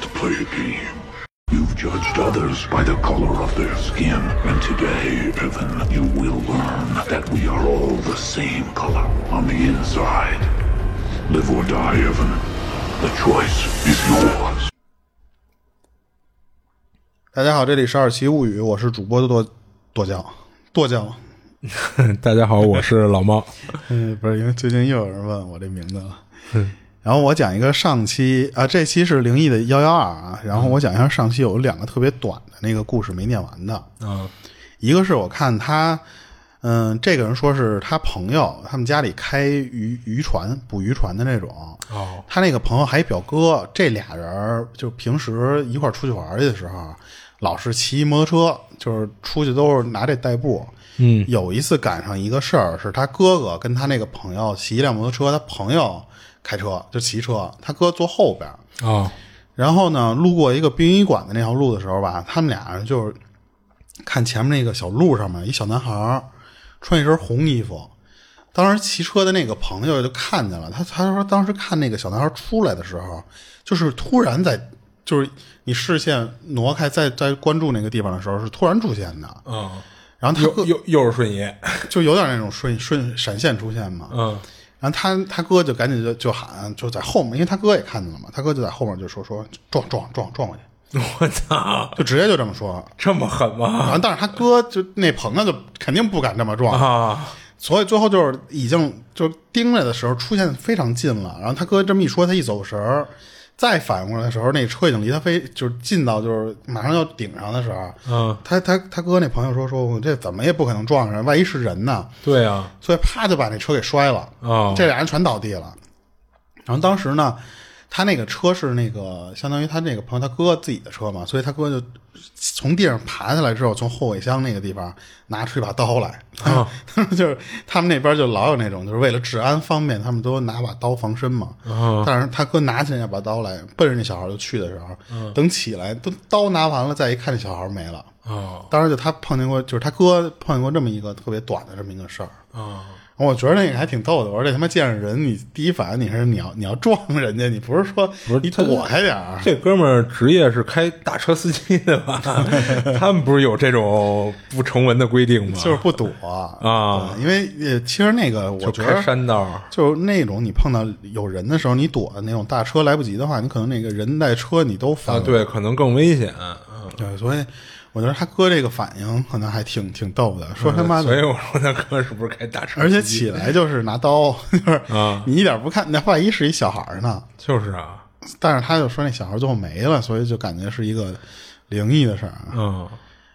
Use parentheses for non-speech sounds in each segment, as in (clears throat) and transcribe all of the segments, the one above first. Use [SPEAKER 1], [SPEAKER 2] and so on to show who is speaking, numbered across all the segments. [SPEAKER 1] to play a game. You've judged others by the color of their skin, and today, Evan, you will learn that we are all the same color on the inside. Live or die, Evan. The choice is yours.
[SPEAKER 2] 大家好，这里是二期物语，我是主播剁剁椒，剁椒。
[SPEAKER 3] (laughs) 大家好，我是
[SPEAKER 2] (laughs)
[SPEAKER 3] 老猫。
[SPEAKER 2] 嗯，不是，因为最近又有人问我这名字了。然后我讲一个上期啊，这期是灵异的幺幺二啊。然后我讲一下上期有两个特别短的那个故事没念完的。
[SPEAKER 3] 嗯
[SPEAKER 2] 一个是我看他，嗯，这个人说是他朋友，他们家里开渔渔船、捕渔船的那种。
[SPEAKER 3] 哦，
[SPEAKER 2] 他那个朋友还一表哥，这俩人儿就平时一块儿出去玩儿去的时候，老是骑摩托车，就是出去都是拿这代步。
[SPEAKER 3] 嗯，
[SPEAKER 2] 有一次赶上一个事儿，是他哥哥跟他那个朋友骑一辆摩托车，他朋友开车就骑车，他哥坐后边儿。
[SPEAKER 3] 哦，
[SPEAKER 2] 然后呢，路过一个殡仪馆的那条路的时候吧，他们俩人就是看前面那个小路上面一小男孩儿穿一身红衣服，当时骑车的那个朋友就看见了，他他说当时看那个小男孩出来的时候，就是突然在就是你视线挪开在在关注那个地方的时候是突然出现的，
[SPEAKER 3] 嗯，
[SPEAKER 2] 然后他
[SPEAKER 3] 又
[SPEAKER 2] 哥
[SPEAKER 3] 又又是顺爷。 (laughs)
[SPEAKER 2] 就有点那种瞬瞬闪现出现嘛，
[SPEAKER 3] 嗯
[SPEAKER 2] 然后他他哥就赶紧就就喊就在后面，因为他哥也看见了嘛，他哥就在后面就说说撞撞撞撞过去。
[SPEAKER 3] 我操，
[SPEAKER 2] 就直接就这么说。
[SPEAKER 3] 这么狠
[SPEAKER 2] 然
[SPEAKER 3] 吗？
[SPEAKER 2] 后，但是他哥就那朋友就肯定不敢这么撞，
[SPEAKER 3] 啊，
[SPEAKER 2] 所以最后就是已经就盯着的时候出现非常近了。然后他哥这么一说，他一走神儿，再反应过来的时候，那车已经离他非就是近到就是马上要顶上的时候，
[SPEAKER 3] 嗯，
[SPEAKER 2] 他他他哥那朋友说说我这怎么也不可能撞上，万一是人呢？
[SPEAKER 3] 对啊，
[SPEAKER 2] 所以啪就把那车给摔了，
[SPEAKER 3] 哦
[SPEAKER 2] 这俩人全倒地了。然后当时呢，他那个车是那个相当于他那个朋友他哥自己的车嘛，所以他哥就从地上爬下来之后，从后备箱那个地方拿出一把刀来。
[SPEAKER 3] 啊
[SPEAKER 2] (laughs) 就是他们那边就老有那种，就是为了治安方便，他们都拿把刀防身嘛。
[SPEAKER 3] 嗯
[SPEAKER 2] 但是他哥拿起那把刀来，奔着那小孩就去的时候，等起来都刀拿完了，再一看那小孩没了。
[SPEAKER 3] 哦
[SPEAKER 2] 当时就他碰见过，就是他哥碰见过这么一个特别短的这么一个事儿。
[SPEAKER 3] 哦，
[SPEAKER 2] 我觉得那个还挺逗的。我说这他妈见着人，你第一反应你是你要你要撞人家，你不是说
[SPEAKER 3] 是
[SPEAKER 2] 你
[SPEAKER 3] 他
[SPEAKER 2] 躲开点儿？
[SPEAKER 3] 这哥们儿职业是开大车司机的
[SPEAKER 2] (laughs)
[SPEAKER 3] 吧？他们不是有这种不成文的规定吗？
[SPEAKER 2] 就是不躲
[SPEAKER 3] 啊
[SPEAKER 2] 对因为呃，其实那个我
[SPEAKER 3] 就
[SPEAKER 2] 觉
[SPEAKER 3] 开
[SPEAKER 2] 得
[SPEAKER 3] 山道。啊
[SPEAKER 2] 就是那种你碰到有人的时候，你躲的那种大车来不及的话，你可能那个人带车你都翻
[SPEAKER 3] 啊，
[SPEAKER 2] 了。
[SPEAKER 3] 对，可能更危险。嗯，
[SPEAKER 2] 对，所以我觉得他哥这个反应可能还挺挺逗的，说他妈
[SPEAKER 3] 嗯所以
[SPEAKER 2] 的。
[SPEAKER 3] 我说他哥是不是开大车司
[SPEAKER 2] 而
[SPEAKER 3] 机？
[SPEAKER 2] 且起来就是拿刀， (laughs) 就是
[SPEAKER 3] 啊
[SPEAKER 2] 你一点不看，那万一是一小孩儿呢？
[SPEAKER 3] 就是啊，
[SPEAKER 2] 但是他就说那小孩儿最后没了，所以就感觉是一个灵异的事儿啊。
[SPEAKER 3] 嗯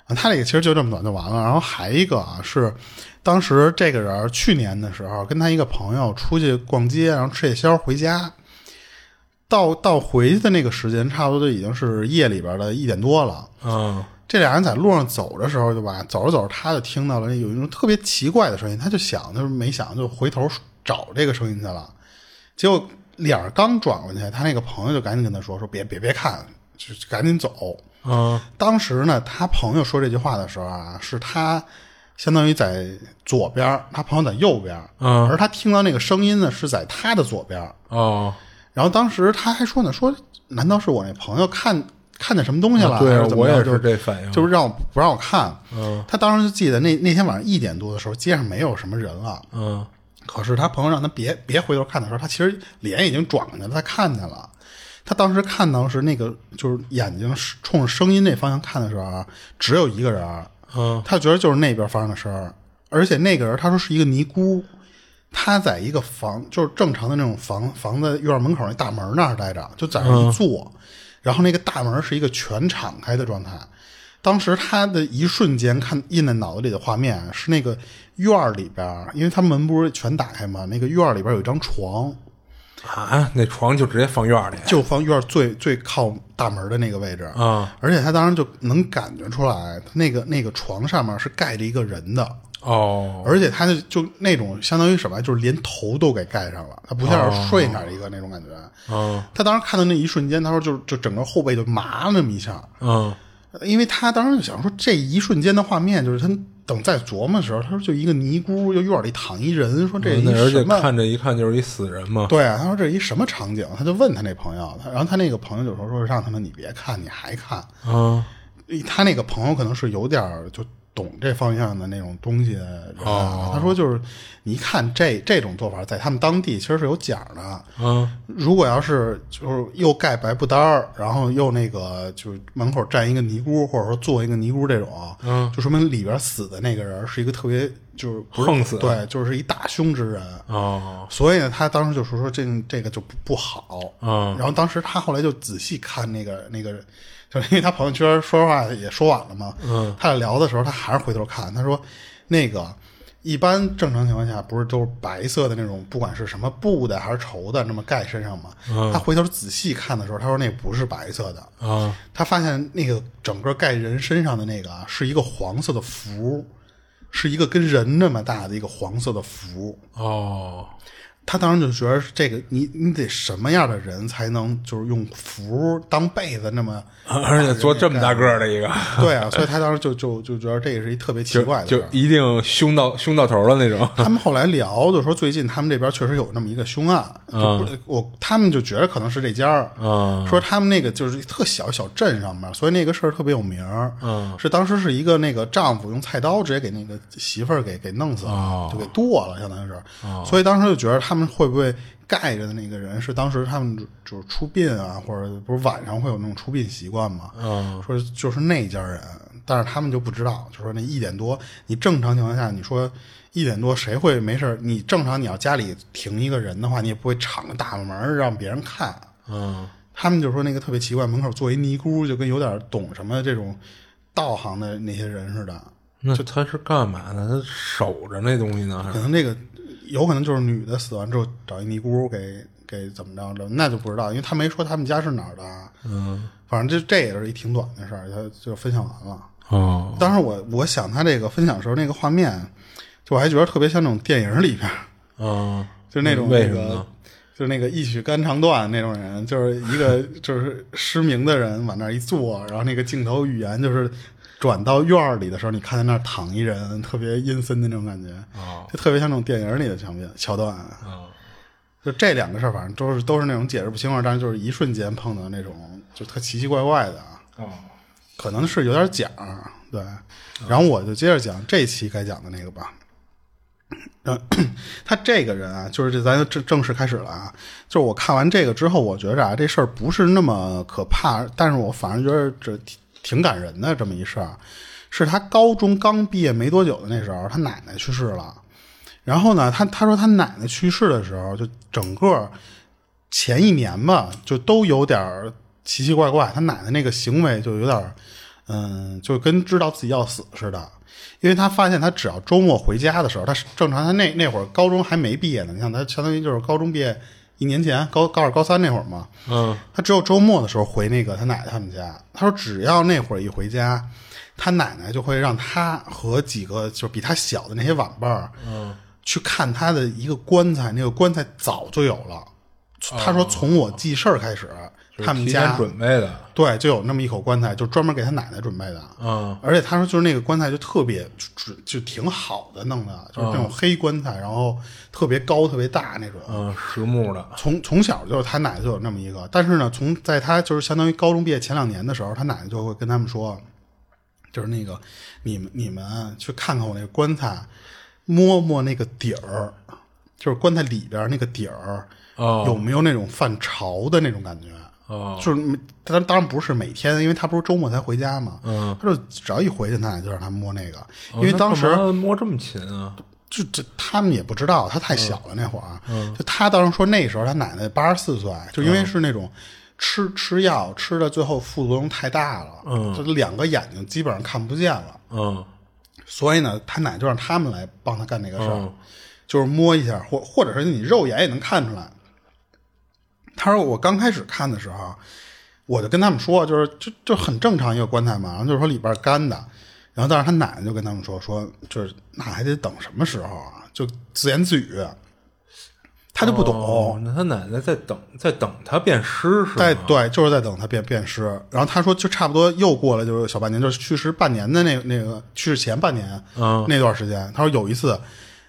[SPEAKER 2] 啊，他这个其实就这么短就完了。然后还一个啊，是当时这个人儿去年的时候，跟他一个朋友出去逛街，然后吃夜宵回家，到到回去的那个时间，差不多就已经是夜里边的一点多了。
[SPEAKER 3] 嗯
[SPEAKER 2] 这俩人在路上走的时候，对吧？走着走着，他就听到了有一种特别奇怪的声音，他就想，就是没想，就回头找这个声音去了。结果脸儿刚转过去，他那个朋友就赶紧跟他说：“说别别别看，就赶紧走。”
[SPEAKER 3] 嗯
[SPEAKER 2] 当时呢，他朋友说这句话的时候啊，是他相当于在左边儿，他朋友在右边儿，
[SPEAKER 3] 嗯
[SPEAKER 2] 而他听到那个声音呢是在他的左边儿。啊
[SPEAKER 3] 哦，
[SPEAKER 2] 然后当时他还说呢，说难道是我那朋友看看见什么东西了？
[SPEAKER 3] 啊对
[SPEAKER 2] 还是怎么
[SPEAKER 3] 我也
[SPEAKER 2] 着
[SPEAKER 3] 是
[SPEAKER 2] 就
[SPEAKER 3] 这反应
[SPEAKER 2] 就是让我不让我看。
[SPEAKER 3] 嗯
[SPEAKER 2] 他当时就记得那那天晚上一点多的时候，街上没有什么人了，
[SPEAKER 3] 嗯
[SPEAKER 2] 可是他朋友让他别别回头看的时候，他其实脸已经转过去了，他看见了。他当时看到是那个，就是眼睛是冲着声音那方向看的时候啊，只有一个人儿，
[SPEAKER 3] 嗯
[SPEAKER 2] 他觉得就是那边发生的声儿，而且那个人他说是一个尼姑，他在一个房，就是正常的那种房房子院门口那大门那儿待着，就在那儿一坐，然后那个大门是一个全敞开的状态。当时他的一瞬间看印在脑子里的画面是那个院儿里边儿，因为他门不是全打开嘛，那个院儿里边有一张床，
[SPEAKER 3] 啊，那床就直接放院里。
[SPEAKER 2] 就放院儿最最靠大门的那个位置
[SPEAKER 3] 啊。
[SPEAKER 2] 而且他当时就能感觉出来，那个那个床上面是盖着一个人的，
[SPEAKER 3] 哦，
[SPEAKER 2] 而且他就就那种相当于什么，就是连头都给盖上了，他不像是睡那
[SPEAKER 3] 哦
[SPEAKER 2] 儿一个那种感觉。
[SPEAKER 3] 嗯
[SPEAKER 2] 他当时看到那一瞬间，他说就就整个后背就麻了那么一下，
[SPEAKER 3] 嗯
[SPEAKER 2] 因为他当时就想说这一瞬间的画面就是他等再琢磨的时候，他说就一个尼姑，就院里躺一人，说这一
[SPEAKER 3] 嗯那而且
[SPEAKER 2] 什么？
[SPEAKER 3] 看着一看就是一死人嘛。
[SPEAKER 2] 对，啊他说这一什么场景？他就问他那朋友，他然后他那个朋友就说说让他们你别看，你还看。
[SPEAKER 3] 啊，
[SPEAKER 2] 他那个朋友可能是有点儿就懂这方向的那种东西的人啊、
[SPEAKER 3] 哦
[SPEAKER 2] 他说就是你一看这这种做法，在他们当地其实是有奖儿的。
[SPEAKER 3] 嗯，
[SPEAKER 2] 如果要是就是又盖白布单儿，然后又那个就是门口站一个尼姑，或者说做一个尼姑这种，嗯，就说明里边死的那个人是一个特别就是不是
[SPEAKER 3] 横死
[SPEAKER 2] 对，就是一大凶之人。
[SPEAKER 3] 哦，
[SPEAKER 2] 所以呢，他当时就说说这这个就不不好
[SPEAKER 3] 嗯
[SPEAKER 2] 然后当时他后来就仔细看那个那个，就是因为他朋友圈说话也说晚了嘛，嗯，他俩聊的时候，他还是回头看，他说那个一般正常情况下不是都是白色的那种，不管是什么布的还是绸的，那么盖身上嘛，他回头仔细看的时候，他说那不是白色的，
[SPEAKER 3] 啊，
[SPEAKER 2] 他发现那个整个盖人身上的那个啊，是一个黄色的符，是一个跟人那么大的一个黄色的符，
[SPEAKER 3] 哦，
[SPEAKER 2] 他当时就觉得这个你你得什么样的人才能就是用符当被子那么
[SPEAKER 3] 而且做这么大个儿的一个，
[SPEAKER 2] 对
[SPEAKER 3] (laughs)
[SPEAKER 2] 啊，所以他当时就就就觉得这个是一特别奇怪的事
[SPEAKER 3] 就
[SPEAKER 2] 儿。
[SPEAKER 3] 一定凶到凶到头了那种。 (laughs)
[SPEAKER 2] 他们后来聊就说最近他们这边确实有那么一个凶案，就不我他们就觉得可能是这家儿，
[SPEAKER 3] 嗯
[SPEAKER 2] 说他们那个就是特小小镇上面，所以那个事儿特别有名儿，
[SPEAKER 3] 嗯
[SPEAKER 2] 是当时是一个那个丈夫用菜刀直接给那个媳妇儿给给弄死了，
[SPEAKER 3] 哦
[SPEAKER 2] 就给剁了，相当于是，所以当时就觉得他们会不会盖着的那个人是当时他们就是出殡啊，或者不是晚上会有那种出殡习惯嘛，
[SPEAKER 3] 嗯
[SPEAKER 2] 说就是那家人，但是他们就不知道，就说那一点多，你正常情况下，你说一点多谁会没事儿？你正常你要家里停一个人的话，你也不会敞个大门儿让别人看。
[SPEAKER 3] 嗯，
[SPEAKER 2] 他们就说那个特别奇怪，门口坐一尼姑，就跟有点懂什么这种道行的那些人似的。
[SPEAKER 3] 那他是干嘛呢？他守着那东西呢？还
[SPEAKER 2] 可
[SPEAKER 3] 是
[SPEAKER 2] 能这个有可能就是女的死完之后找一尼姑给给怎么着的，那就不知道，因为他没说他们家是哪儿的啊。
[SPEAKER 3] 嗯，
[SPEAKER 2] 反正这这也是一挺短的事儿，他就分享完了。
[SPEAKER 3] 哦，
[SPEAKER 2] 当时我我想他这个分享时候那个画面，就我还觉得特别像那种电影里边儿，
[SPEAKER 3] 嗯，
[SPEAKER 2] 就是那种那
[SPEAKER 3] 为什么
[SPEAKER 2] 个
[SPEAKER 3] 呢？，
[SPEAKER 2] 就是那个一曲肝肠断那种人，就是一个就是失明的人往那儿一坐，然后那个镜头语言就是转到院儿里的时候，你看见那儿躺一人，特别阴森的那种感觉，
[SPEAKER 3] 哦
[SPEAKER 2] 就特别像那种电影里的场面桥段。啊
[SPEAKER 3] 哦
[SPEAKER 2] 就这两个事儿，反正都是都是那种解释不清啊楚，但是就是一瞬间碰到那种就特奇奇怪怪的啊。
[SPEAKER 3] 哦，
[SPEAKER 2] 可能是有点讲儿，对。然后我就接着讲这期该讲的那个吧。然后呃 (clears throat) 他这个人啊，就是这咱就正正式开始了啊。就是我看完这个之后，我觉着啊，这事儿不是那么可怕，但是我反而觉得这挺挺感人的这么一事儿。啊是他高中刚毕业没多久的那时候，他奶奶去世了。然后呢，他他说他奶奶去世的时候，就整个前一年吧，就都有点儿奇奇怪怪。他奶奶那个行为就有点儿，嗯，就跟知道自己要死似的。因为他发现，他只要周末回家的时候，他是正常，他那那会儿高中还没毕业呢，你看他相当于就是高中毕业一年前，高高二高三那会儿嘛，
[SPEAKER 3] 嗯，
[SPEAKER 2] 他只有周末的时候回那个他奶奶他们家。他说只要那会儿一回家，他奶奶就会让他和几个就是比他小的那些晚辈儿，嗯，去看他的一个棺材。那个棺材早就有了。他说从我记事儿开始，
[SPEAKER 3] 哦就是
[SPEAKER 2] 他们
[SPEAKER 3] 提
[SPEAKER 2] 家
[SPEAKER 3] 前准备的，
[SPEAKER 2] 对就有那么一口棺材，就专门给他奶奶准备的。
[SPEAKER 3] 嗯
[SPEAKER 2] 而且他说就是那个棺材就特别就就挺好的弄的，就是那种黑棺材，然后特别高、特别大那种。
[SPEAKER 3] 嗯，实木的，
[SPEAKER 2] 从从小就是他奶奶就有那么一个，但是呢，从在他就是相当于高中毕业前两年的时候，他奶奶就会跟他们说，就是那个你们你们去看看我那个棺材，摸摸那个底儿，就是棺材里边那个底儿，
[SPEAKER 3] 哦
[SPEAKER 2] 有没有那种泛潮的那种感觉？
[SPEAKER 3] 哦
[SPEAKER 2] 就是他当然不是每天，因为他不是周末才回家嘛，
[SPEAKER 3] 嗯，
[SPEAKER 2] 他就只要一回去，他奶奶就让他摸那个，
[SPEAKER 3] 哦
[SPEAKER 2] 因为
[SPEAKER 3] 那
[SPEAKER 2] 当时
[SPEAKER 3] 干嘛摸这么勤啊，
[SPEAKER 2] 就这他们也不知道，他太小了那会儿。啊就他当时说那时候他奶奶八十四岁，就因为是那种吃、吃药吃的最后副作用太大了，
[SPEAKER 3] 嗯
[SPEAKER 2] 就两个眼睛基本上看不见了，
[SPEAKER 3] 嗯
[SPEAKER 2] 所以呢，他奶就让他们来帮他干这个事儿，
[SPEAKER 3] 嗯
[SPEAKER 2] 就是摸一下，或或者是你肉眼也能看出来。他说我刚开始看的时候，啊我就跟他们说，就是就就很正常一个棺材嘛，然后就是说里边干的，然后但是他奶奶就跟他们说说，就是那还得等什么时候啊？就自言自语，他就不懂。
[SPEAKER 3] 哦，那他奶奶在等，在等他变尸是吗？
[SPEAKER 2] 在对，就是在等他变变尸。然后他说，就差不多又过了就是小半年，就是去世半年的那那个去世前半年、
[SPEAKER 3] 嗯
[SPEAKER 2] 那段时间。他说有一次，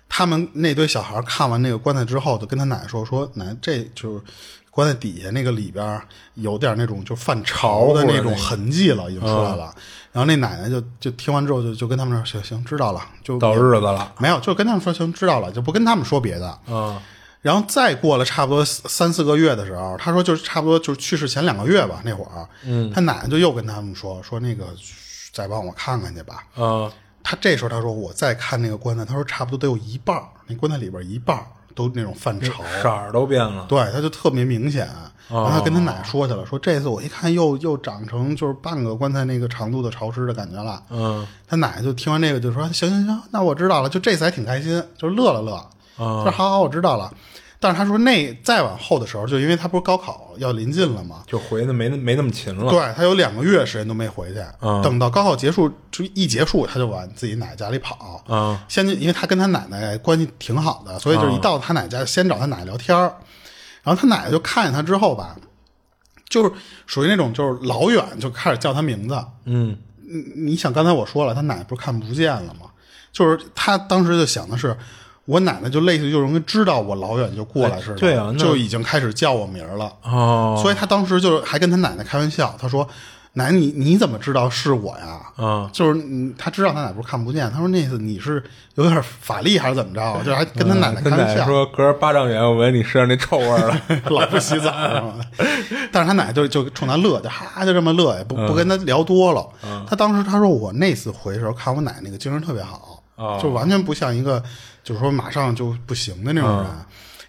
[SPEAKER 2] 他们那堆小孩看完那个棺材之后，就跟他奶奶说说奶，这就是棺材底下那个里边儿有点那种就泛潮的那种痕迹了，已经出
[SPEAKER 3] 嗯
[SPEAKER 2] 来了。然后那奶奶就就听完之后就就跟他们说行行知道了，就
[SPEAKER 3] 到日子了
[SPEAKER 2] 没有就跟他们说行知道了，就不跟他们说别的。
[SPEAKER 3] 啊
[SPEAKER 2] 然后再过了差不多三三四个月的时候，他说就是差不多就是去世前两个月吧，那会儿，嗯，他奶奶就又跟他们说说那个再帮我看看去吧。
[SPEAKER 3] 啊
[SPEAKER 2] 他这时候他说我再看那个棺材，他说差不多得有一半儿，那棺材里边一半儿都那种泛潮，
[SPEAKER 3] 色儿都变了，
[SPEAKER 2] 对，他就特别明显。然后他跟他奶奶说去了，说这次我一看又又长成就是半个棺材那个长度的潮湿的感觉了。
[SPEAKER 3] 嗯，
[SPEAKER 2] 他奶奶就听完这个就说：“行行行，那我知道了。”就这次还挺开心，就乐了乐，说：“好好，我知道了。”但是他说那再往后的时候，就因为他不是高考要临近了嘛，
[SPEAKER 3] 就回的没那没那么勤了，
[SPEAKER 2] 对他有两个月时间都没回去。等到高考结束，就一结束他就往自己奶奶家里跑。
[SPEAKER 3] 嗯
[SPEAKER 2] 先因为他跟他奶奶关系挺好的，所以就一到他奶奶家先找他奶奶聊天儿然后他奶奶就看见他之后吧，就是属于那种就是老远就开始叫他名字。
[SPEAKER 3] 嗯，
[SPEAKER 2] 你你想刚才我说了，他奶奶不是看不见了吗？就是他当时就想的是，我奶奶就类似于就是知道我老远就过来似的，
[SPEAKER 3] 哎对啊那
[SPEAKER 2] 就已经开始叫我名儿了。
[SPEAKER 3] 哦，
[SPEAKER 2] 所以他当时就是还跟他奶奶开玩笑，他说：“奶，你你怎么知道是我呀？”
[SPEAKER 3] 嗯
[SPEAKER 2] 就是你他知道他奶奶不是看不见，他说那次你是有点法力还是怎么着，啊就是还跟他奶奶
[SPEAKER 3] 他
[SPEAKER 2] 开玩
[SPEAKER 3] 嗯奶奶
[SPEAKER 2] 笑，
[SPEAKER 3] 说隔着八丈远，我闻你身上那臭味儿了， (laughs)
[SPEAKER 2] 老不洗澡是吗，但是他奶奶就就冲他乐，就哈就这么乐，也
[SPEAKER 3] 嗯
[SPEAKER 2] 不不跟他聊多了。他当时他说我那次回的时候，看我奶奶那个精神特别好，
[SPEAKER 3] 哦
[SPEAKER 2] 就完全不像一个就是说马上就不行的那种人。
[SPEAKER 3] 嗯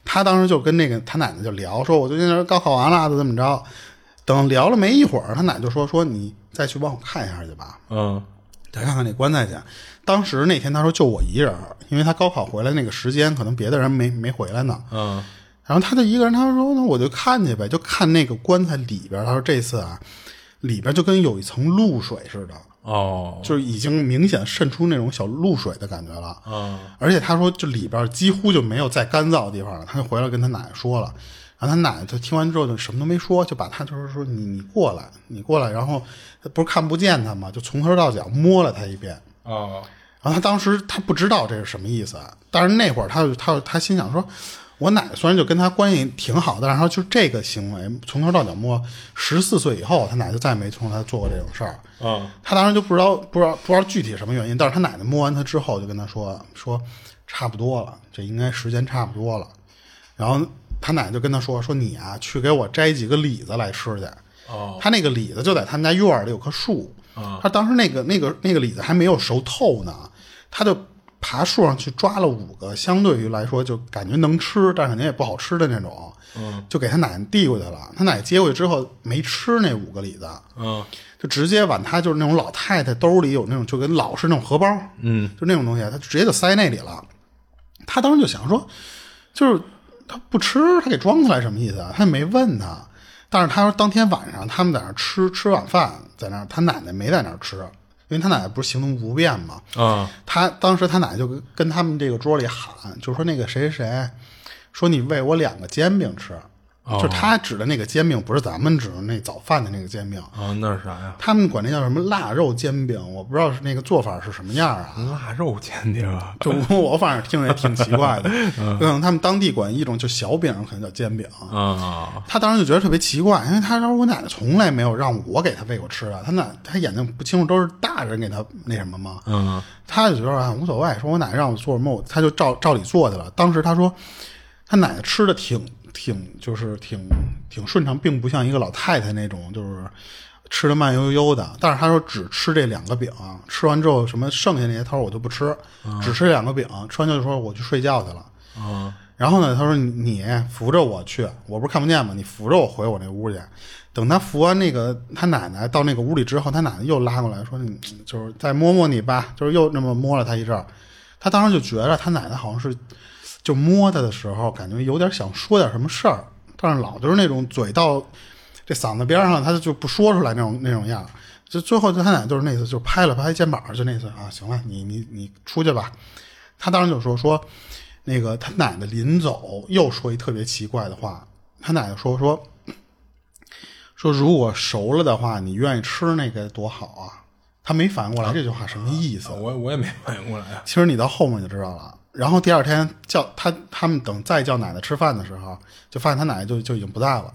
[SPEAKER 2] 他当时就跟那个他奶奶就聊，说我最近这高考完了，怎么怎么着。等聊了没一会儿，他奶奶就说说你再去帮我看一下去吧，
[SPEAKER 3] 嗯
[SPEAKER 2] 再看看那棺材去。当时那天他说就我一人儿，因为他高考回来那个时间，可能别的人没没回来呢。
[SPEAKER 3] 嗯
[SPEAKER 2] 然后他就一个人，他说：“那我就看去呗，就看那个棺材里边。”他说：“这次啊，里边就跟有一层露水似的，
[SPEAKER 3] 哦，
[SPEAKER 2] 就是已经明显渗出那种小露水的感觉了。
[SPEAKER 3] 嗯
[SPEAKER 2] 而且他说，就里边几乎就没有再干燥的地方了。他就回来跟他奶奶说了，然后他奶奶就听完之后就什么都没说，就把他就是说你你过来，你过来，然后他不是看不见他嘛，就从头到脚摸了他一遍。
[SPEAKER 3] 哦，
[SPEAKER 2] 然后他当时他不知道这是什么意思，啊但是那会儿他就他他心想说，我奶奶虽然就跟他关系挺好的，然后就这个行为从头到脚摸，十四岁以后他奶奶就再也没冲他做过这种事儿。
[SPEAKER 3] 嗯，
[SPEAKER 2] 他当时就不知道不知道不知道具体什么原因，但是他奶奶摸完他之后就跟他说说差不多了，这应该时间差不多了。然后他奶奶就跟他说说你啊去给我摘几个李子来吃去。
[SPEAKER 3] 哦，啊
[SPEAKER 2] 他那个李子就在他们家院儿里有棵树，他当时那个那个那个李子还没有熟透呢，他就爬树上去抓了五个，相对于来说就感觉能吃，但肯定也不好吃的那种，
[SPEAKER 3] 嗯
[SPEAKER 2] 就给他奶奶递过去了。他奶奶接过去之后没吃那五个李子，
[SPEAKER 3] 嗯
[SPEAKER 2] 就直接往他就是那种老太太兜里有那种就跟老式那种荷包，嗯，就那种东西，他直接就塞那里了。他当时就想说，就是他不吃，他给装起来什么意思啊？他也没问他。但是他说当天晚上他们在那儿吃吃晚饭，在那儿他奶奶没在那儿吃，因为他奶奶不是行动不便嘛。
[SPEAKER 3] 啊
[SPEAKER 2] 他当时他奶奶就跟跟他们这个桌里喊，就说那个谁谁谁，说你喂我两个煎饼吃，就他指的那个煎饼不是咱们指的那早饭的那个煎饼，
[SPEAKER 3] 啊，那是啥呀？
[SPEAKER 2] 他们管那叫什么腊肉煎饼，我不知道是那个做法是什么样啊。
[SPEAKER 3] 腊肉煎饼啊，
[SPEAKER 2] 就我反正听着也挺奇怪的，可能他们当地管一种就小饼，可能叫煎饼。
[SPEAKER 3] 啊
[SPEAKER 2] 他当时就觉得特别奇怪，因为他说我奶奶从来没有让我给他喂过吃的，他奶他眼睛不清楚都是大人给他那什么嘛，
[SPEAKER 3] 嗯，
[SPEAKER 2] 他就觉得啊无所谓，说我奶奶让我做什么，我他就照照理做去了。当时他说他奶奶吃的挺挺就是挺挺顺畅，并不像一个老太太那种就是吃的慢悠悠的。但是他说只吃这两个饼，吃完之后什么剩下那些他说我就不吃，只吃两个饼，吃完就说我去睡觉去了。
[SPEAKER 3] 啊
[SPEAKER 2] 然后呢，他说你你扶着我去，我不是看不见吗？你扶着我回我那屋去。等他扶完那个他奶奶到那个屋里之后，他奶奶又拉过来说你就是再摸摸你吧，就是又那么摸了他一阵儿。他当时就觉着他奶奶好像是就摸他的时候，感觉有点想说点什么事儿，但是老就是那种嘴到这嗓子边儿上，他就不说出来那种那种样儿。就最后就他奶奶就是那次就拍了拍肩膀，就那次啊，行了，你你你出去吧。他当时就说说，那个他奶奶临走又说一特别奇怪的话，他奶奶说说说如果熟了的话，你愿意吃那个多好啊。他没反应过来这句话什么意思，
[SPEAKER 3] 我我也没反应过来啊。
[SPEAKER 2] 其实你到后面就知道了。然后第二天叫他他们等再叫奶奶吃饭的时候，就发现他奶奶就就已经不在了。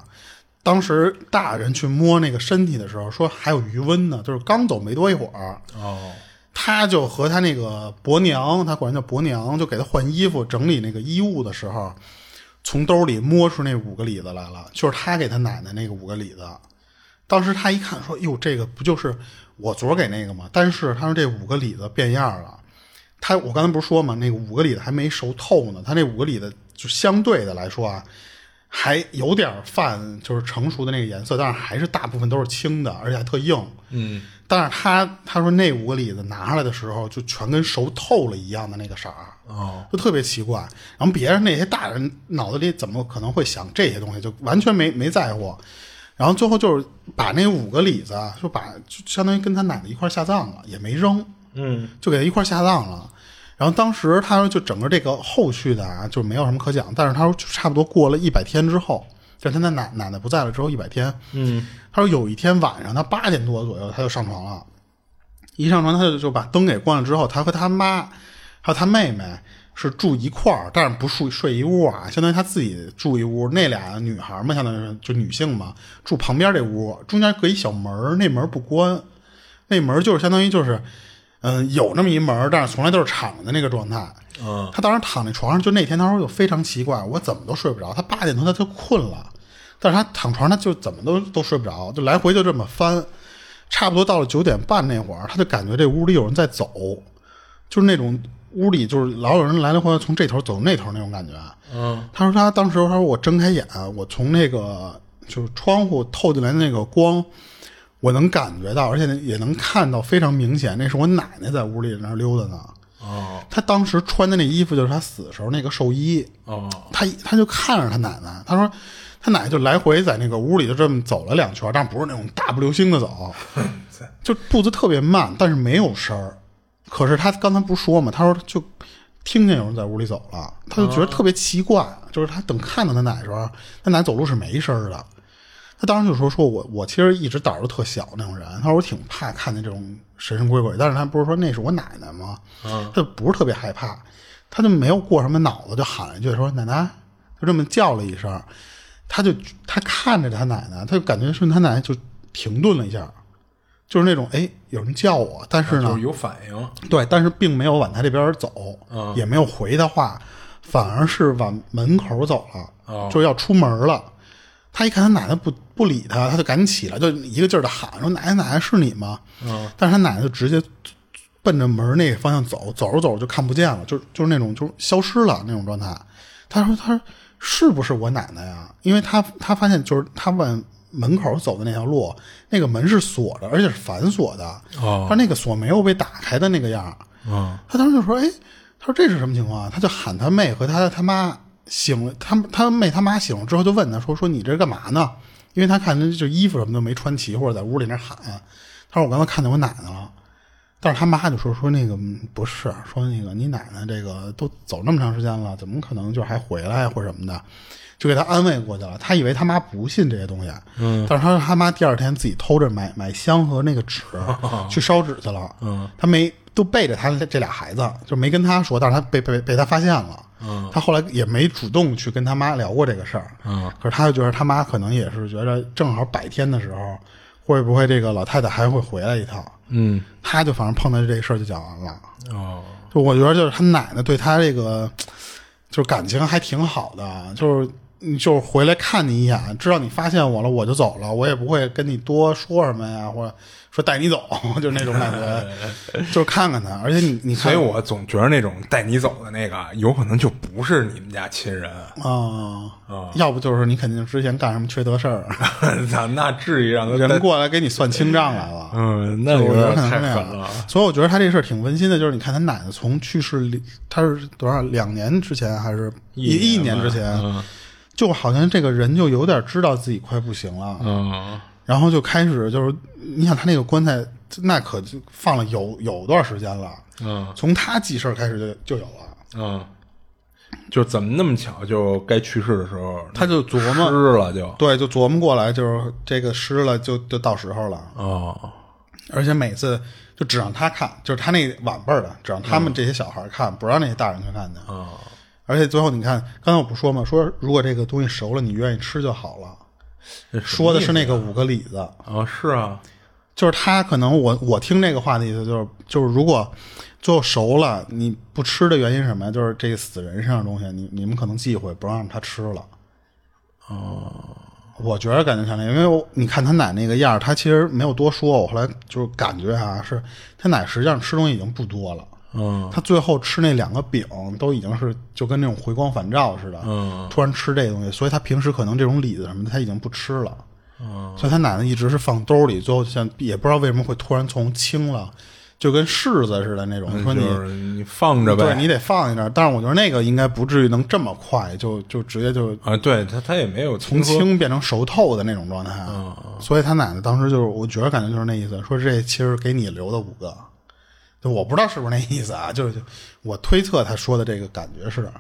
[SPEAKER 2] 当时大人去摸那个身体的时候，说还有余温呢，就是刚走没多一会儿，
[SPEAKER 3] 哦，
[SPEAKER 2] 他就和他那个伯娘，他管人叫伯娘，就给他换衣服、整理那个衣物的时候，从兜里摸出那五个李子来了，就是他给他奶奶那个五个李子。当时他一看说：“哟，这个不就是我昨儿给那个吗？”但是他说这五个李子变样了。他我刚才不是说嘛，那个五个李子还没熟透呢，他那五个李子就相对的来说啊，还有点泛就是成熟的那个颜色，但是还是大部分都是青的，而且还特硬。嗯，但是他他说那五个李子拿来的时候，就全跟熟透了一样的那个色儿，哦，就特别奇怪。然后别人那些大人脑子里怎么可能会想这些东西，就完全没没在乎。然后最后就是把那五个李子啊，就把就相当于跟他奶奶一块儿下葬了，也没扔，嗯，就给他一块儿下葬了。然后当时他说，就整个这个后续的啊，就没有什么可讲。但是他说，就差不多过了一百天之后，就是他的奶奶奶不在了之后一百天，嗯，他说有一天晚上，他八点多左右他就上床了，一上床他就就把灯给关了之后，他和他妈还有他妹妹是住一块儿，但是不睡睡一屋啊，相当于他自己住一屋。那俩女孩嘛，相当于是就女性嘛，住旁边这屋，中间隔一小门儿，那门儿不关，那门儿就是相当于就是，嗯、有那么一门儿，但是从来都是敞的那个状态。嗯，他当时躺在床上，就那天他说就非常奇怪，我怎么都睡不着。他八点多他就困了，但是他躺床上他就怎么都都睡不着，就来回就这么翻。差不多到了九点半那会儿，他就感觉这屋里有人在走，就是那种屋里就是老有人来来回回从这头走那头那种感觉。嗯，他说他当时他说我睁开眼，我从那个就是窗户透进来的那个光，我能感觉到，而且也能看到非常明显，那是我奶奶在屋里那儿溜达呢。
[SPEAKER 3] 哦
[SPEAKER 2] 他当时穿的那衣服就是他死的时候那个寿衣。
[SPEAKER 3] 哦，
[SPEAKER 2] 他他就看着他奶奶，他说他奶奶就来回在那个屋里就这么走了两圈，但不是那种大步流星的走，就步子特别慢，但是没有声儿。可是他刚才不是说嘛，他说就听见有人在屋里走了，他就觉得特别奇怪，就是他等看到他奶的时候，他奶走路是没声儿的。他当时就说：“说我我其实一直胆儿都特小那种人，他说我挺怕看见这种神神鬼鬼，但是他不是说那是我奶奶吗？
[SPEAKER 3] 嗯
[SPEAKER 2] 他就不是特别害怕，他就没有过什么脑子，就喊了一句说奶奶，就这么叫了一声，他就他看着他奶奶，他就感觉是他奶奶就停顿了一下，就是那种哎有人叫我，但是呢、
[SPEAKER 3] 啊就是啊有反应。
[SPEAKER 2] 对，但是并没有往他这边走，也没有回他话，反而是往门口走了，
[SPEAKER 3] 哦
[SPEAKER 2] 就要出门了。他一看他奶奶不不理他，他就赶紧起来，就一个劲儿的喊说：“奶奶，奶奶是你吗？”但是他奶奶就直接奔着门那个方向走，走着走着就看不见了，就就是那种就是消失了那种状态。他说：“他说是不是我奶奶呀？”因为他他发现就是他往门口走的那条路，那个门是锁着，而且是反锁的。
[SPEAKER 3] 哦
[SPEAKER 2] 他那个锁没有被打开的那个样儿。
[SPEAKER 3] 嗯
[SPEAKER 2] 他当时就说：“哎，他说这是什么情况啊？”他就喊他妹和他他妈醒了，他他妹他妈醒了之后就问他说：“说你这是干嘛呢？”因为他看着就衣服什么都没穿齐，或者在屋里那喊。啊他说：“我刚才看见我奶奶了。”但是他妈就说说那个嗯不是，说那个你奶奶这个都走那么长时间了，怎么可能就还回来呀或者什么的，就给他安慰过去了。他以为他妈不信这些东西，嗯，但是他说他妈第二天自己偷着买买香和那个 (laughs) 纸去烧纸去了，哦嗯，他没都背着他这俩孩子，就没跟他说，但是他被被被他发现了。嗯，他后来也没主动去跟他妈聊过这个事儿。嗯，可是他就觉得他妈可能也是觉得正好百天的时候，会不会这个老太太还会回来一趟？
[SPEAKER 3] 嗯
[SPEAKER 2] 他就反正碰到这事儿就讲完了。
[SPEAKER 3] 哦
[SPEAKER 2] 就我觉得就是他奶奶对他这个，就是感情还挺好的，就是你就是回来看你一眼，知道你发现我了，我就走了，我也不会跟你多说什么呀，或者说带你走， (laughs) 就是那种感
[SPEAKER 3] (laughs)
[SPEAKER 2] 觉，就是看看他。而且你你看，
[SPEAKER 3] 所以我总觉得那种带你走的那个，有可能就不是你们家亲人。 (laughs)
[SPEAKER 2] 啊、要不就是你肯定之前干什么缺德事
[SPEAKER 3] (laughs)
[SPEAKER 2] 儿，
[SPEAKER 3] 那那至于让他
[SPEAKER 2] 人
[SPEAKER 3] 带
[SPEAKER 2] 过来给你算清账来了。
[SPEAKER 3] 嗯，那有
[SPEAKER 2] 我觉得可能
[SPEAKER 3] 点太
[SPEAKER 2] 是那
[SPEAKER 3] 狠
[SPEAKER 2] 样
[SPEAKER 3] 了。。
[SPEAKER 2] 所以我觉得他这事儿挺温馨的，就是你看他奶奶从去世里，他是多少两年之前还是一
[SPEAKER 3] 一
[SPEAKER 2] 一
[SPEAKER 3] 年
[SPEAKER 2] 年
[SPEAKER 3] 吧
[SPEAKER 2] 之前，
[SPEAKER 3] 嗯
[SPEAKER 2] 就好像这个人就有点知道自己快不行了，
[SPEAKER 3] 嗯
[SPEAKER 2] 然后就开始就是，你想他那个棺材那可就放了有有段时间了，
[SPEAKER 3] 嗯
[SPEAKER 2] 从他记事儿开始就就有了。
[SPEAKER 3] 嗯，啊就怎么那么巧，就该去世的时候，
[SPEAKER 2] 他就琢磨
[SPEAKER 3] 吃了就
[SPEAKER 2] 对，就琢磨过来，就是这个湿了就就到时候了。
[SPEAKER 3] 哦，
[SPEAKER 2] 而且每次就只让他看，就是他那晚辈儿的，只让他们这些小孩儿看，不让那些大人去看去。啊，而且最后你看，刚才我不说嘛，说如果这个东西熟了，你愿意吃就好了。
[SPEAKER 3] 这
[SPEAKER 2] 说的是那个五个里子，
[SPEAKER 3] 啊，是啊，
[SPEAKER 2] 就是他可能我我听这个话的意思就是就是如果最后熟了你不吃的原因是什么呀？就是这个死人身上的东西，你你们可能忌讳不让他吃了。哦，我觉得感觉像那，因为我你看他奶那个样儿，他其实没有多说。我后来就是感觉啊，是他奶实际上吃东西已经不多了。
[SPEAKER 3] 嗯，
[SPEAKER 2] 他最后吃那两个饼都已经是就跟那种回光返照似的，
[SPEAKER 3] 嗯
[SPEAKER 2] 突然吃这东西，所以他平时可能这种李子什么的他已经不吃了，
[SPEAKER 3] 嗯
[SPEAKER 2] 所以他奶奶一直是放兜里，最后像也不知道为什么会突然从青了，就跟柿子似的那种，说你
[SPEAKER 3] 嗯就是你放着呗，
[SPEAKER 2] 对你得放一点儿，但是我觉得那个应该不至于能这么快就就直接就
[SPEAKER 3] 啊，对他他也没有
[SPEAKER 2] 从
[SPEAKER 3] 从
[SPEAKER 2] 青变成熟透的那种状态，啊所以他奶奶当时就是，我觉得感觉就是那意思，说这其实给你留的五个，就我不知道是不是那意思啊，就是就我推测他说的这个感觉是，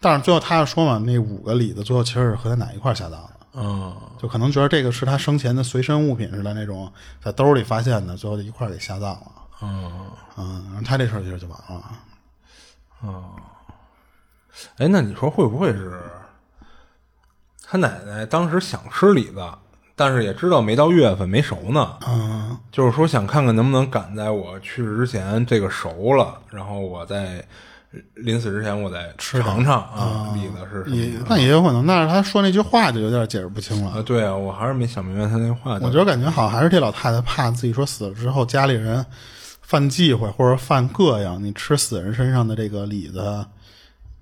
[SPEAKER 2] 但是最后他又说嘛，那五个里子最后其实是和他奶一块儿下葬的，
[SPEAKER 3] 嗯，
[SPEAKER 2] 就可能觉得这个是他生前的随身物品似的那种，在兜里发现的，最后就一块儿给下葬了，嗯，然后他这事儿其实就完了，
[SPEAKER 3] 哎，那你说会不会是他奶奶当时想吃李子，但是也知道没到月份没熟呢，
[SPEAKER 2] 嗯，
[SPEAKER 3] 就是说想看看能不能赶在我去世之前这个熟了，然后我再临死之前我再尝尝啊，李子是什么
[SPEAKER 2] 也
[SPEAKER 3] 样
[SPEAKER 2] 那也有可能，但是他说那句话就有点解释不清了
[SPEAKER 3] 啊？。对啊，我还是没想明白他那话。
[SPEAKER 2] 我觉得感觉好像还是这老太太怕自己说死了之后家里人犯忌讳或者犯膈应，你吃死人身上的这个李子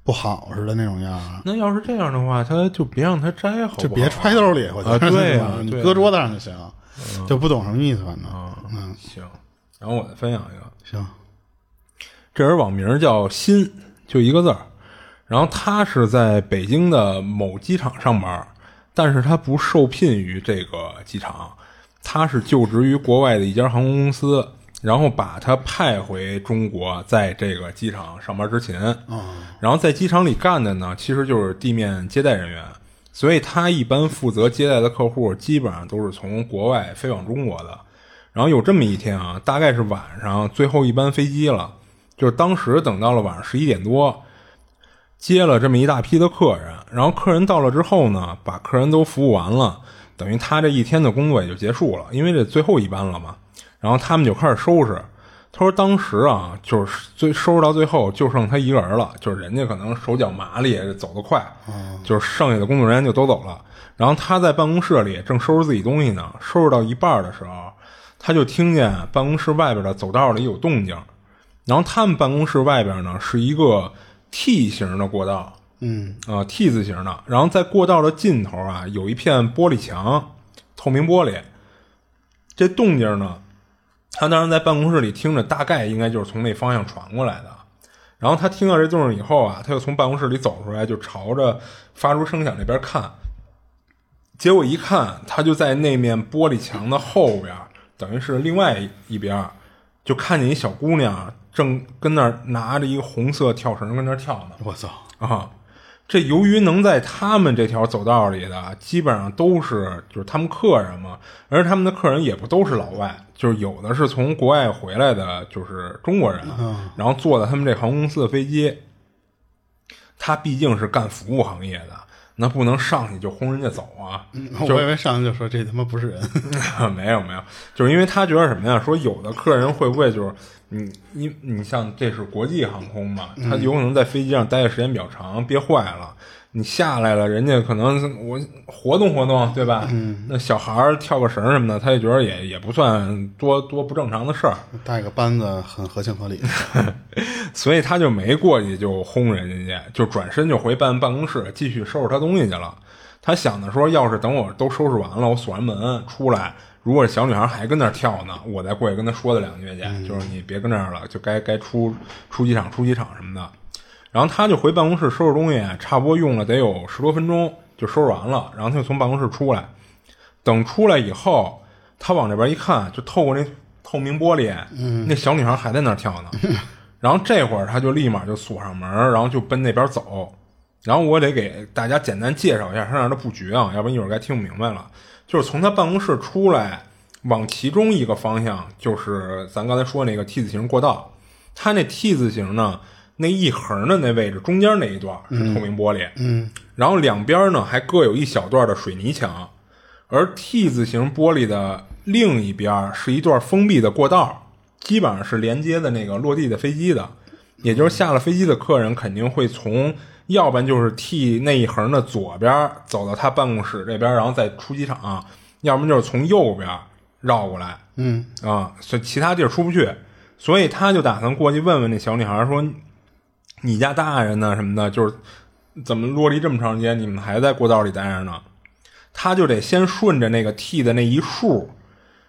[SPEAKER 2] 不好似的那种样儿，
[SPEAKER 3] 那要是这样的话，他就别让他摘，好不好
[SPEAKER 2] 就别揣兜里，我觉得
[SPEAKER 3] 啊对啊
[SPEAKER 2] 是吧你
[SPEAKER 3] 对啊
[SPEAKER 2] 搁桌子上就行，就不懂什么意思，反正
[SPEAKER 3] 嗯，行。然后我再分享一个，
[SPEAKER 2] 行，
[SPEAKER 3] 这人网名叫新，就一个字儿。然后他是在北京的某机场上班，但是他不受聘于这个机场，他是就职于国外的一家航空公司，然后把他派回中国，在这个机场上班执勤。然后在机场里干的呢，其实就是地面接待人员，所以他一般负责接待的客户基本上都是从国外飞往中国的。然后有这么一天啊，大概是晚上最后一班飞机了，就是当时等到了晚上十一点多，接了这么一大批的客人，然后客人到了之后呢，把客人都服务完了，等于他这一天的工作也就结束了，因为这最后一班了嘛。然后他们就开始收拾。他说当时啊，就是最收拾到最后就剩他一个人了，就是人家可能手脚麻利，走得快，就是剩下的工作人员就都走了。然后他在办公室里正收拾自己东西呢，收拾到一半的时候，他就听见办公室外边的走道里有动静。然后他们办公室外边呢是一个 T 型的过道，
[SPEAKER 2] 嗯
[SPEAKER 3] 啊、t 字形的。然后在过道的尽头啊，有一片玻璃墙，透明玻璃。这动静呢，他当时在办公室里听着，大概应该就是从那方向传过来的。然后他听到这动静以后啊，他就从办公室里走出来，就朝着发出声响那边看。结果一看，他就在那面玻璃墙的后边儿，等于是另外一边儿，就看见一小姑娘正跟那儿拿着一个红色跳绳跟那儿跳呢。
[SPEAKER 2] 我操，
[SPEAKER 3] 啊，这由于能在他们这条走道里的，基本上都是就是他们客人嘛，而他们的客人也不都是老外，就是有的是从国外回来的，就是中国人，然后坐的他们这航空公司的飞机。他毕竟是干服务行业的，那不能上去就轰人家走啊，
[SPEAKER 2] 我以为上来就说这他妈不是人，
[SPEAKER 3] (laughs) 没有没有，就是因为他觉得什么呀？说有的客人会不会就是你你你像这是国际航空嘛，他有可能在飞机上待的时间比较长，憋坏了。你下来了，人家可能我活动活动，对吧？嗯，那小孩儿跳个绳儿什么的，他就觉得也也不算多多不正常的事儿。
[SPEAKER 2] 带个班子很合情合理，
[SPEAKER 3] (laughs) 所以他就没过去就轰人家去，就转身就回办办公室继续收拾他东西去了。他想的说，要是等我都收拾完了，我锁完门出来，如果小女孩还跟那儿跳呢，我再过去跟她说她两句去，就是你别跟这儿了，就该该出出机场出机场什么的。然后他就回办公室收拾东西，差不多用了得有十多分钟就收拾完了，然后他就从办公室出来。等出来以后，他往这边一看，就透过那透明玻璃，那小女孩还在那儿跳呢。然后这会儿他就立马就锁上门儿，然后就奔那边走。然后我得给大家简单介绍一下他那儿的布局啊，要不然一会儿该听不明白了。就是从他办公室出来，往其中一个方向，就是咱刚才说那个 T 字形过道。他那 T 字形呢，那一横的那位置中间那一段是透明玻璃，嗯，然后两边呢还各有一小段的水泥墙，而 T 字形玻璃的另一边是一段封闭的过道，基本上是连接的那个落地的飞机的，也就是下了飞机的客人肯定会从，要不然就是 T 那一横的左边走到他办公室这边，然后再出机场，要不然就是从右边绕过来，嗯啊，所以其他地儿出不去，所以他就打算过去问问那小女孩说，你家大人呢什么的，就是怎么落地这么长时间，你们还在过道里待着呢？他就得先顺着那个 T 的那一竖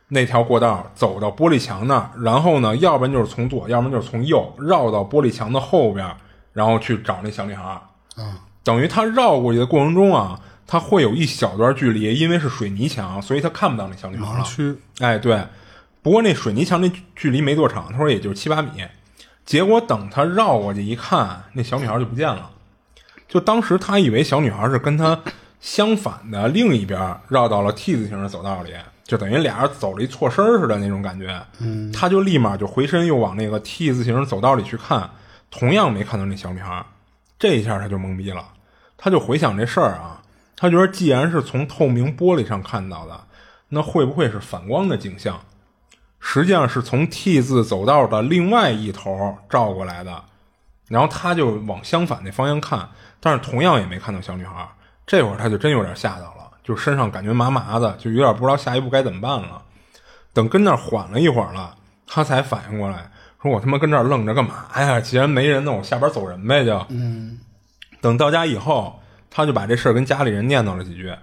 [SPEAKER 3] 那条过道走到玻璃墙那儿，然后呢，要不然就是从左，要不然就是从右绕到玻璃墙的后边，然后去找那小女孩。啊、
[SPEAKER 2] 嗯
[SPEAKER 3] 等于他绕过去的过程中啊，他会有一小段距离，因为是水泥墙，所以他看不到那小女孩了。
[SPEAKER 2] 盲区
[SPEAKER 3] 哎，对。不过那水泥墙那距距离没多长，他说也就是七八米。结果等他绕过去一看，那小女孩就不见了。就当时他以为小女孩是跟他相反的另一边儿绕到了 T 字形的走道里，就等于俩人走了一错身儿似的那种感觉。嗯，他就立马就回身又往那个 T 字形走道里去看，同样没看到那小女孩。这一下他就懵逼了，他就回想这事儿啊，他觉得既然是从透明玻璃上看到的，那会不会是反光的景象？实际上是从 T 字走道的另外一头照过来的，然后他就往相反那方向看，但是同样也没看到小女孩。这会儿他就真有点吓到了，就身上感觉麻麻的，就有点不知道下一步该怎么办了。等跟那儿缓了一会儿了，他才反应过来，说我他妈跟这儿愣着干嘛呀？既然没人，那我下班走人呗就。等到家以后，他就把这事儿跟家里人念叨了几句，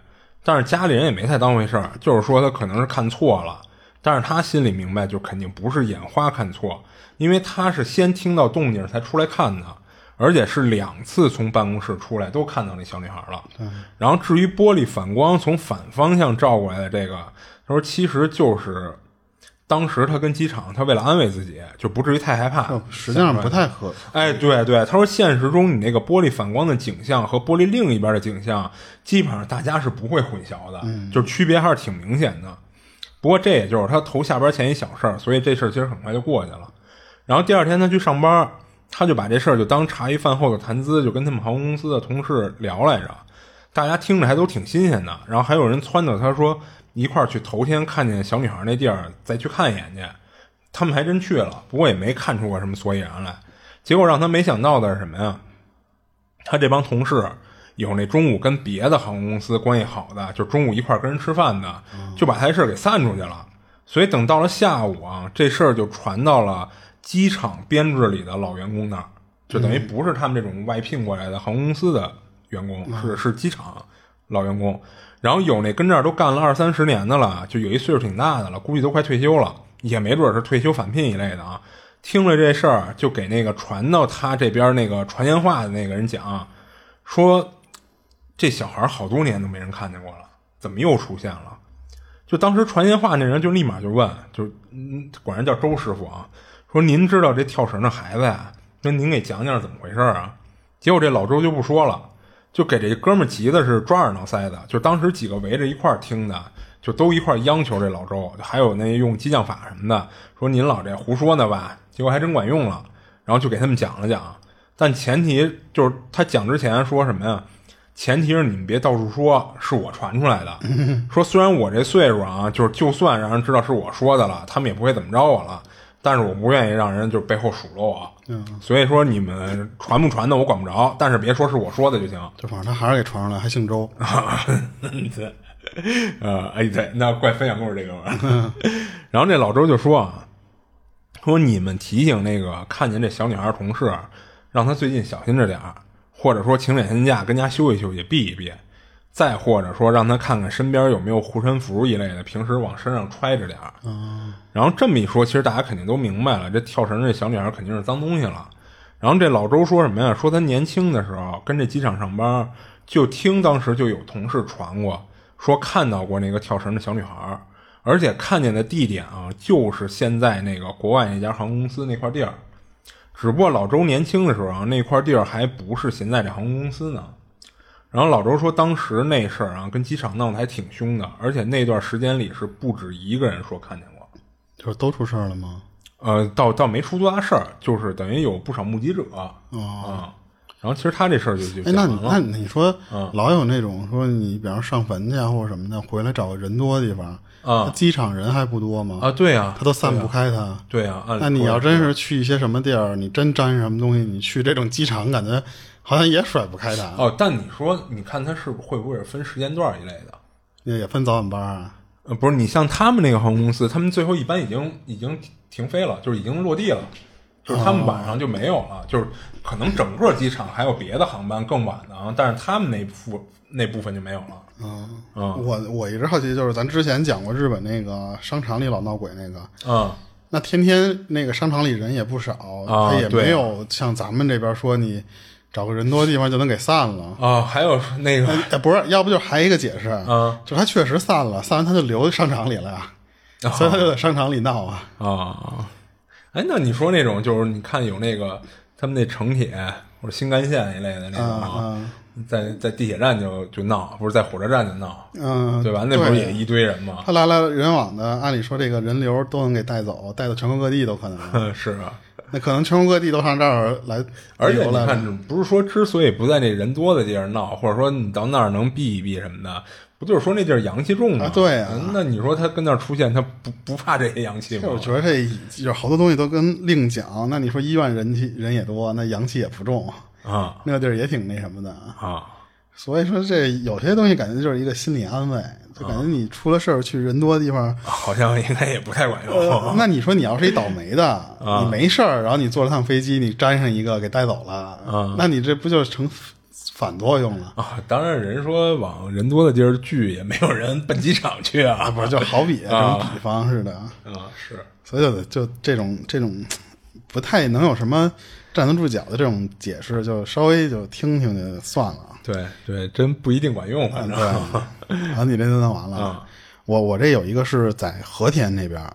[SPEAKER 3] 但是家里人也没太当回事儿，就是说他可能是看错了，但是他心里明白，就肯定不是眼花看错，因为他是先听到动静才出来看的，而且是两次从办公室出来都看到那小女孩了。然后至于玻璃反光从反方向照过来的这个，他说其实就是。当时他跟机场，他为了安慰自己，就不至于太害怕，
[SPEAKER 2] 实际上不太合。
[SPEAKER 3] 哎，对对，他说现实中你那个玻璃反光的景象和玻璃另一边的景象，基本上大家是不会混淆的，就是区别还是挺明显的。不过这也就是他头下班前一小事儿，所以这事儿其实很快就过去了。然后第二天他去上班，他就把这事儿就当茶余饭后的谈资，就跟他们航空公司的同事聊来着。大家听着还都挺新鲜的，然后还有人撺掇他说一块儿去头天看见小女孩那地儿再去看一眼去。他们还真去了，不过也没看出个什么所以然来。结果让他没想到的是什么呀？他这帮同事有那中午跟别的航空公司关系好的，就中午一块儿跟人吃饭的，就把他这事儿给散出去了。所以等到了下午啊，这事儿就传到了机场编制里的老员工那儿，就等于不是他们这种外聘过来的航空公司的员工，是是机场老员工。然后有那跟这儿都干了二三十年的了，就有一岁数挺大的了，估计都快退休了，也没准儿是退休返聘一类的啊。听了这事儿，就给那个传到他这边那个传言话的那个人讲，啊说这小孩儿好多年都没人看见过了，怎么又出现了？就当时传言话那人就立马就问，就嗯，管人叫周师傅啊，说您知道这跳绳的孩子呀、那您给讲讲怎么回事儿啊？结果这老周就不说了，就给这哥们儿急的是抓耳挠腮的，就当时几个围着一块儿听的，就都一块儿央求这老周，还有那用激将法什么的，说您老这胡说呢吧？结果还真管用了，然后就给他们讲了讲，但前提就是他讲之前说什么呀？前提是你们别到处说是我传出来的。说虽然我这岁数啊，就是就算让人知道是我说的了，他们也不会怎么着我了。但是我不愿意让人就是背后数落我，所以说你们传不传的我管不着，但是别说是我说的就行。
[SPEAKER 2] 就反正他还是给传上来，还姓
[SPEAKER 3] (laughs)
[SPEAKER 2] 周，
[SPEAKER 3] 啊对，呃，哎，对，那怪分享故事这哥们儿。 (laughs) 然后这老周就说啊，说你们提醒那个看见这小女孩儿同事，让她最近小心着点儿，或者说请两天假跟家休息休息，避一避。再或者说，让她看看身边有没有护身符一类的，平时往身上揣着点儿。然后这么一说，其实大家肯定都明白了，这跳绳这小女孩肯定是脏东西了。然后这老周说什么呀？说他年轻的时候跟这机场上班，就听当时就有同事传过，说看到过那个跳绳的小女孩，而且看见的地点啊，就是现在那个国外那家航空公司那块地儿。只不过老周年轻的时候啊，那块地儿还不是现在这航空公司呢。然后老周说，当时那事儿啊，跟机场闹得还挺凶的，而且那段时间里是不止一个人说看见过。
[SPEAKER 2] 就是都出事儿了吗？
[SPEAKER 3] 呃，倒倒没出多大事儿，就是等于有不少目击者啊、然后其实他这事儿就就
[SPEAKER 2] 哦哎，
[SPEAKER 3] 讲
[SPEAKER 2] 那你
[SPEAKER 3] 完了。嗯
[SPEAKER 2] 那你说，老有那种说你，比方上坟去啊，或者什么的，回来找个人多的地方，
[SPEAKER 3] 啊
[SPEAKER 2] 那机场人还不多吗？
[SPEAKER 3] 啊，，对啊，
[SPEAKER 2] 他都散不开他。
[SPEAKER 3] 对啊，按理
[SPEAKER 2] 那你
[SPEAKER 3] 说
[SPEAKER 2] 要真是去一些什么地儿，你真沾什么东西，你去这种机场，感觉好像也甩不开他，
[SPEAKER 3] 哦，但你说，你看他是会不会是分时间段一类的？
[SPEAKER 2] 也分早晚班啊。
[SPEAKER 3] 呃，不是，你像他们那个航空公司，他们最后一般已经已经停飞了，就是已经落地了，就是他们晚上就没有了，就是可能整个机场还有别的航班更晚的啊，但是他们那部那部分就没有了。
[SPEAKER 2] 嗯，
[SPEAKER 3] 嗯
[SPEAKER 2] 我我一直好奇，就是咱之前讲过日本那个商场里老闹鬼那个，
[SPEAKER 3] 嗯，
[SPEAKER 2] 那天天那个商场里人也不少，
[SPEAKER 3] 啊
[SPEAKER 2] 他也
[SPEAKER 3] 对啊
[SPEAKER 2] 没有像咱们这边说你找个人多的地方就能给散了。
[SPEAKER 3] 啊，还有那个
[SPEAKER 2] 哎，不是，要不就是还有一个解释，
[SPEAKER 3] 啊
[SPEAKER 2] 就是他确实散了，散完他就留商场里了呀，
[SPEAKER 3] 哦
[SPEAKER 2] 所以他就在商场里闹啊。
[SPEAKER 3] 啊，哎，那你说那种就是你看有那个他们那城铁或者新干线一类的那种嗯
[SPEAKER 2] 啊啊
[SPEAKER 3] 在在地铁站就就闹，不是在火车站就闹，
[SPEAKER 2] 嗯，
[SPEAKER 3] 对吧？那不是也一堆人吗？ (laughs)
[SPEAKER 2] 他来来人往的，按理说这个人流都能给带走，带到全国各地都可能。
[SPEAKER 3] 嗯，是啊。
[SPEAKER 2] 那可能全国各地都上这儿来
[SPEAKER 3] 而且
[SPEAKER 2] 旅游
[SPEAKER 3] 你
[SPEAKER 2] 来了。
[SPEAKER 3] 看，不是说之所以不在那人多的地儿闹，或者说你到那儿能避一避什么的，不就是说那地儿阳气重吗？
[SPEAKER 2] 啊对啊
[SPEAKER 3] 嗯那你说他跟那儿出现，他不不怕这些阳气吗
[SPEAKER 2] 这？我觉得这有好多东西都跟另讲。那你说医院人气人也多，那阳气也不重，
[SPEAKER 3] 啊
[SPEAKER 2] 那个地儿也挺那什么的。
[SPEAKER 3] 啊，
[SPEAKER 2] 所以说这有些东西感觉就是一个心理安慰，就
[SPEAKER 3] 哦
[SPEAKER 2] 感觉你出了事儿去人多的地方，
[SPEAKER 3] 好像应该也不太管用。
[SPEAKER 2] 呃 (laughs) 那你说你要是一倒霉的，你没事儿，然后你坐了趟飞机，你沾上一个给带走了， (laughs) 那你这不就成反作用了？
[SPEAKER 3] 啊，当然，人说往人多的地儿聚，也没有人奔机场去啊，
[SPEAKER 2] 啊，不是，就好比这种比方似的，
[SPEAKER 3] 啊，是
[SPEAKER 2] 所以就得就这种这种不太能有什么站得住脚的这种解释，就稍微就听听就算了。啊
[SPEAKER 3] 对对，真不一定管用，反
[SPEAKER 2] 嗯，
[SPEAKER 3] 正
[SPEAKER 2] 对， (laughs) 然后你这就弄完了。
[SPEAKER 3] 啊
[SPEAKER 2] 我我这有一个是在和田那边儿，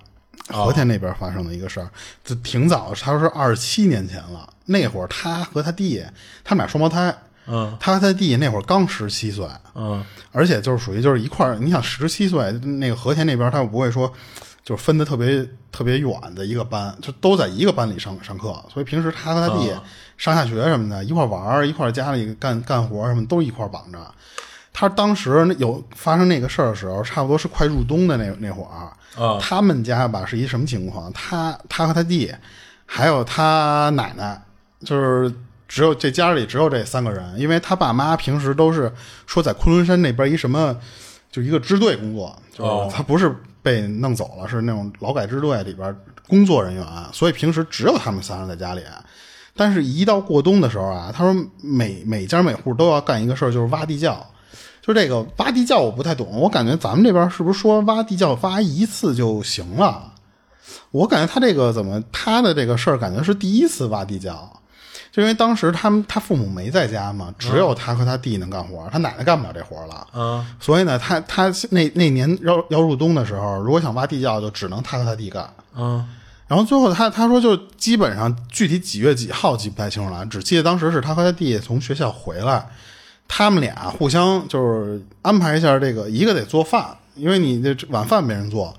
[SPEAKER 2] 和田那边儿发生的一个事儿，就挺早，他说是二十七年前了。那会儿他和他弟，他们俩双胞胎，
[SPEAKER 3] 嗯，
[SPEAKER 2] 他和他弟那会儿刚十七岁，
[SPEAKER 3] (laughs) 嗯
[SPEAKER 2] 而且就是属于就是一块儿，你想十七岁那个和田那边儿他又不会说。就是分的特别特别远的一个班，就都在一个班里上上课，所以平时他和他弟上下学什么的，一块儿玩儿，一块儿家里干干活什么，都一块儿绑着。他当时那有发生那个事儿的时候，差不多是快入冬的那那会儿，
[SPEAKER 3] 啊
[SPEAKER 2] 他们家吧是一什么情况？他他和他弟，还有他奶奶，就是只有这家里只有这三个人，因为他爸妈平时都是说在昆仑山那边一什么，就一个支队工作，就是他不是被弄走了，是那种劳改支队里边工作人员，啊所以平时只有他们三人在家里。啊但是，一到过冬的时候啊，他说每每家每户都要干一个事儿，就是挖地窖。就这个挖地窖，我不太懂，我感觉咱们这边是不是说挖地窖挖一次就行了？我感觉他这个怎么他的这个事儿，感觉是第一次挖地窖，就因为当时他们他父母没在家嘛，只有他和他弟能干活儿，他奶奶干不了这活儿了。
[SPEAKER 3] 嗯
[SPEAKER 2] 所以呢，他他那那年要要入冬的时候，如果想挖地窖，就只能他和他弟干。
[SPEAKER 3] 嗯
[SPEAKER 2] 然后最后他他说就基本上具体几月几号记不太清楚了，只记得当时是他和他弟从学校回来，他们俩互相就是安排一下这个，一个得做饭，因为你这晚饭没人做，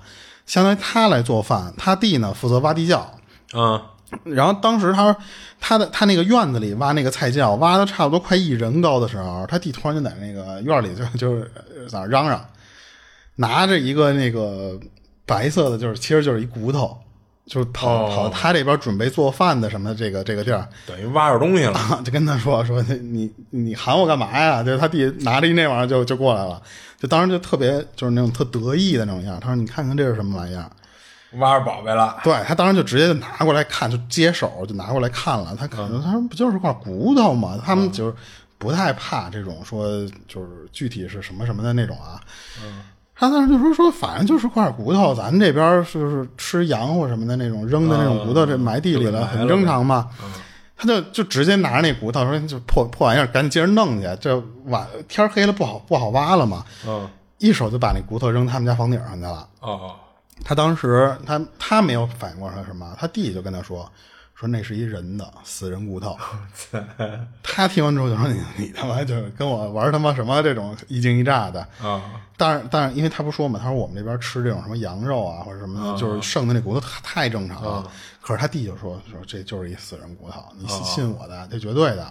[SPEAKER 2] 相当于他来做饭，他弟呢负责挖地窖。
[SPEAKER 3] 嗯
[SPEAKER 2] 然后当时他他的他那个院子里挖那个菜窖，挖的差不多快一人高的时候，他弟突然就在那个院里就就是在那嚷嚷，拿着一个那个白色的，就是其实就是一骨头，就是跑、
[SPEAKER 3] 哦
[SPEAKER 2] 跑他这边准备做饭的什么的这个这个地儿， (laughs)
[SPEAKER 3] 等于挖着东西了
[SPEAKER 2] 啊，就跟他说说你你喊我干嘛呀？就是他弟拿着一那玩意儿就就过来了，就当时就特别就是那种特得意的那种样儿。他说你看看这是什么玩意儿。
[SPEAKER 3] 挖着宝贝了。
[SPEAKER 2] 对他当时就直接就拿过来看，就接手就拿过来看了。他可能他说不就是块骨头吗？他们就是不太怕这种说就是具体是什么什么的那种啊。他当时就说说反正就是块骨头，咱们这边就是吃羊或什么的那种扔的那种骨头，这嗯埋地里了嗯很正常嘛。他就就直接拿着那骨头说就破破玩意儿，赶紧接着弄去，这晚天黑了不好不好挖了嘛。
[SPEAKER 3] 嗯
[SPEAKER 2] 一手就把那骨头扔他们家房顶上去了。
[SPEAKER 3] 哦
[SPEAKER 2] 他当时他他没有反应过来什么，他弟就跟他说说那是一人的死人骨头。他听完之后就说你你他妈就跟我玩他妈什么这种一惊一乍的
[SPEAKER 3] 啊！
[SPEAKER 2] 但是但是因为他不说嘛，他说我们这边吃这种什么羊肉啊或者什么，就是剩的那骨头太太正常了。可是他弟就说说这就是一死人骨头，你信信我的，这绝对的。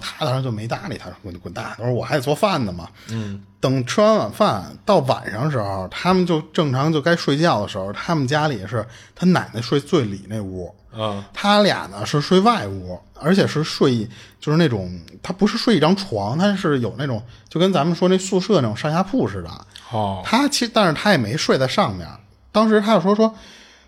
[SPEAKER 2] 他当时就没搭理他，说滚滚蛋！他说我还得做饭呢嘛。嗯，等吃完晚饭到晚上时候，他们就正常就该睡觉的时候，他们家里是他奶奶睡最里那屋。
[SPEAKER 3] 啊，
[SPEAKER 2] 他俩呢是睡外屋，而且是睡就是那种，他不是睡一张床，他是有那种就跟咱们说那宿舍那种上下铺似的。
[SPEAKER 3] 哦，
[SPEAKER 2] 他其实但是他也没睡在上面。当时他就说说，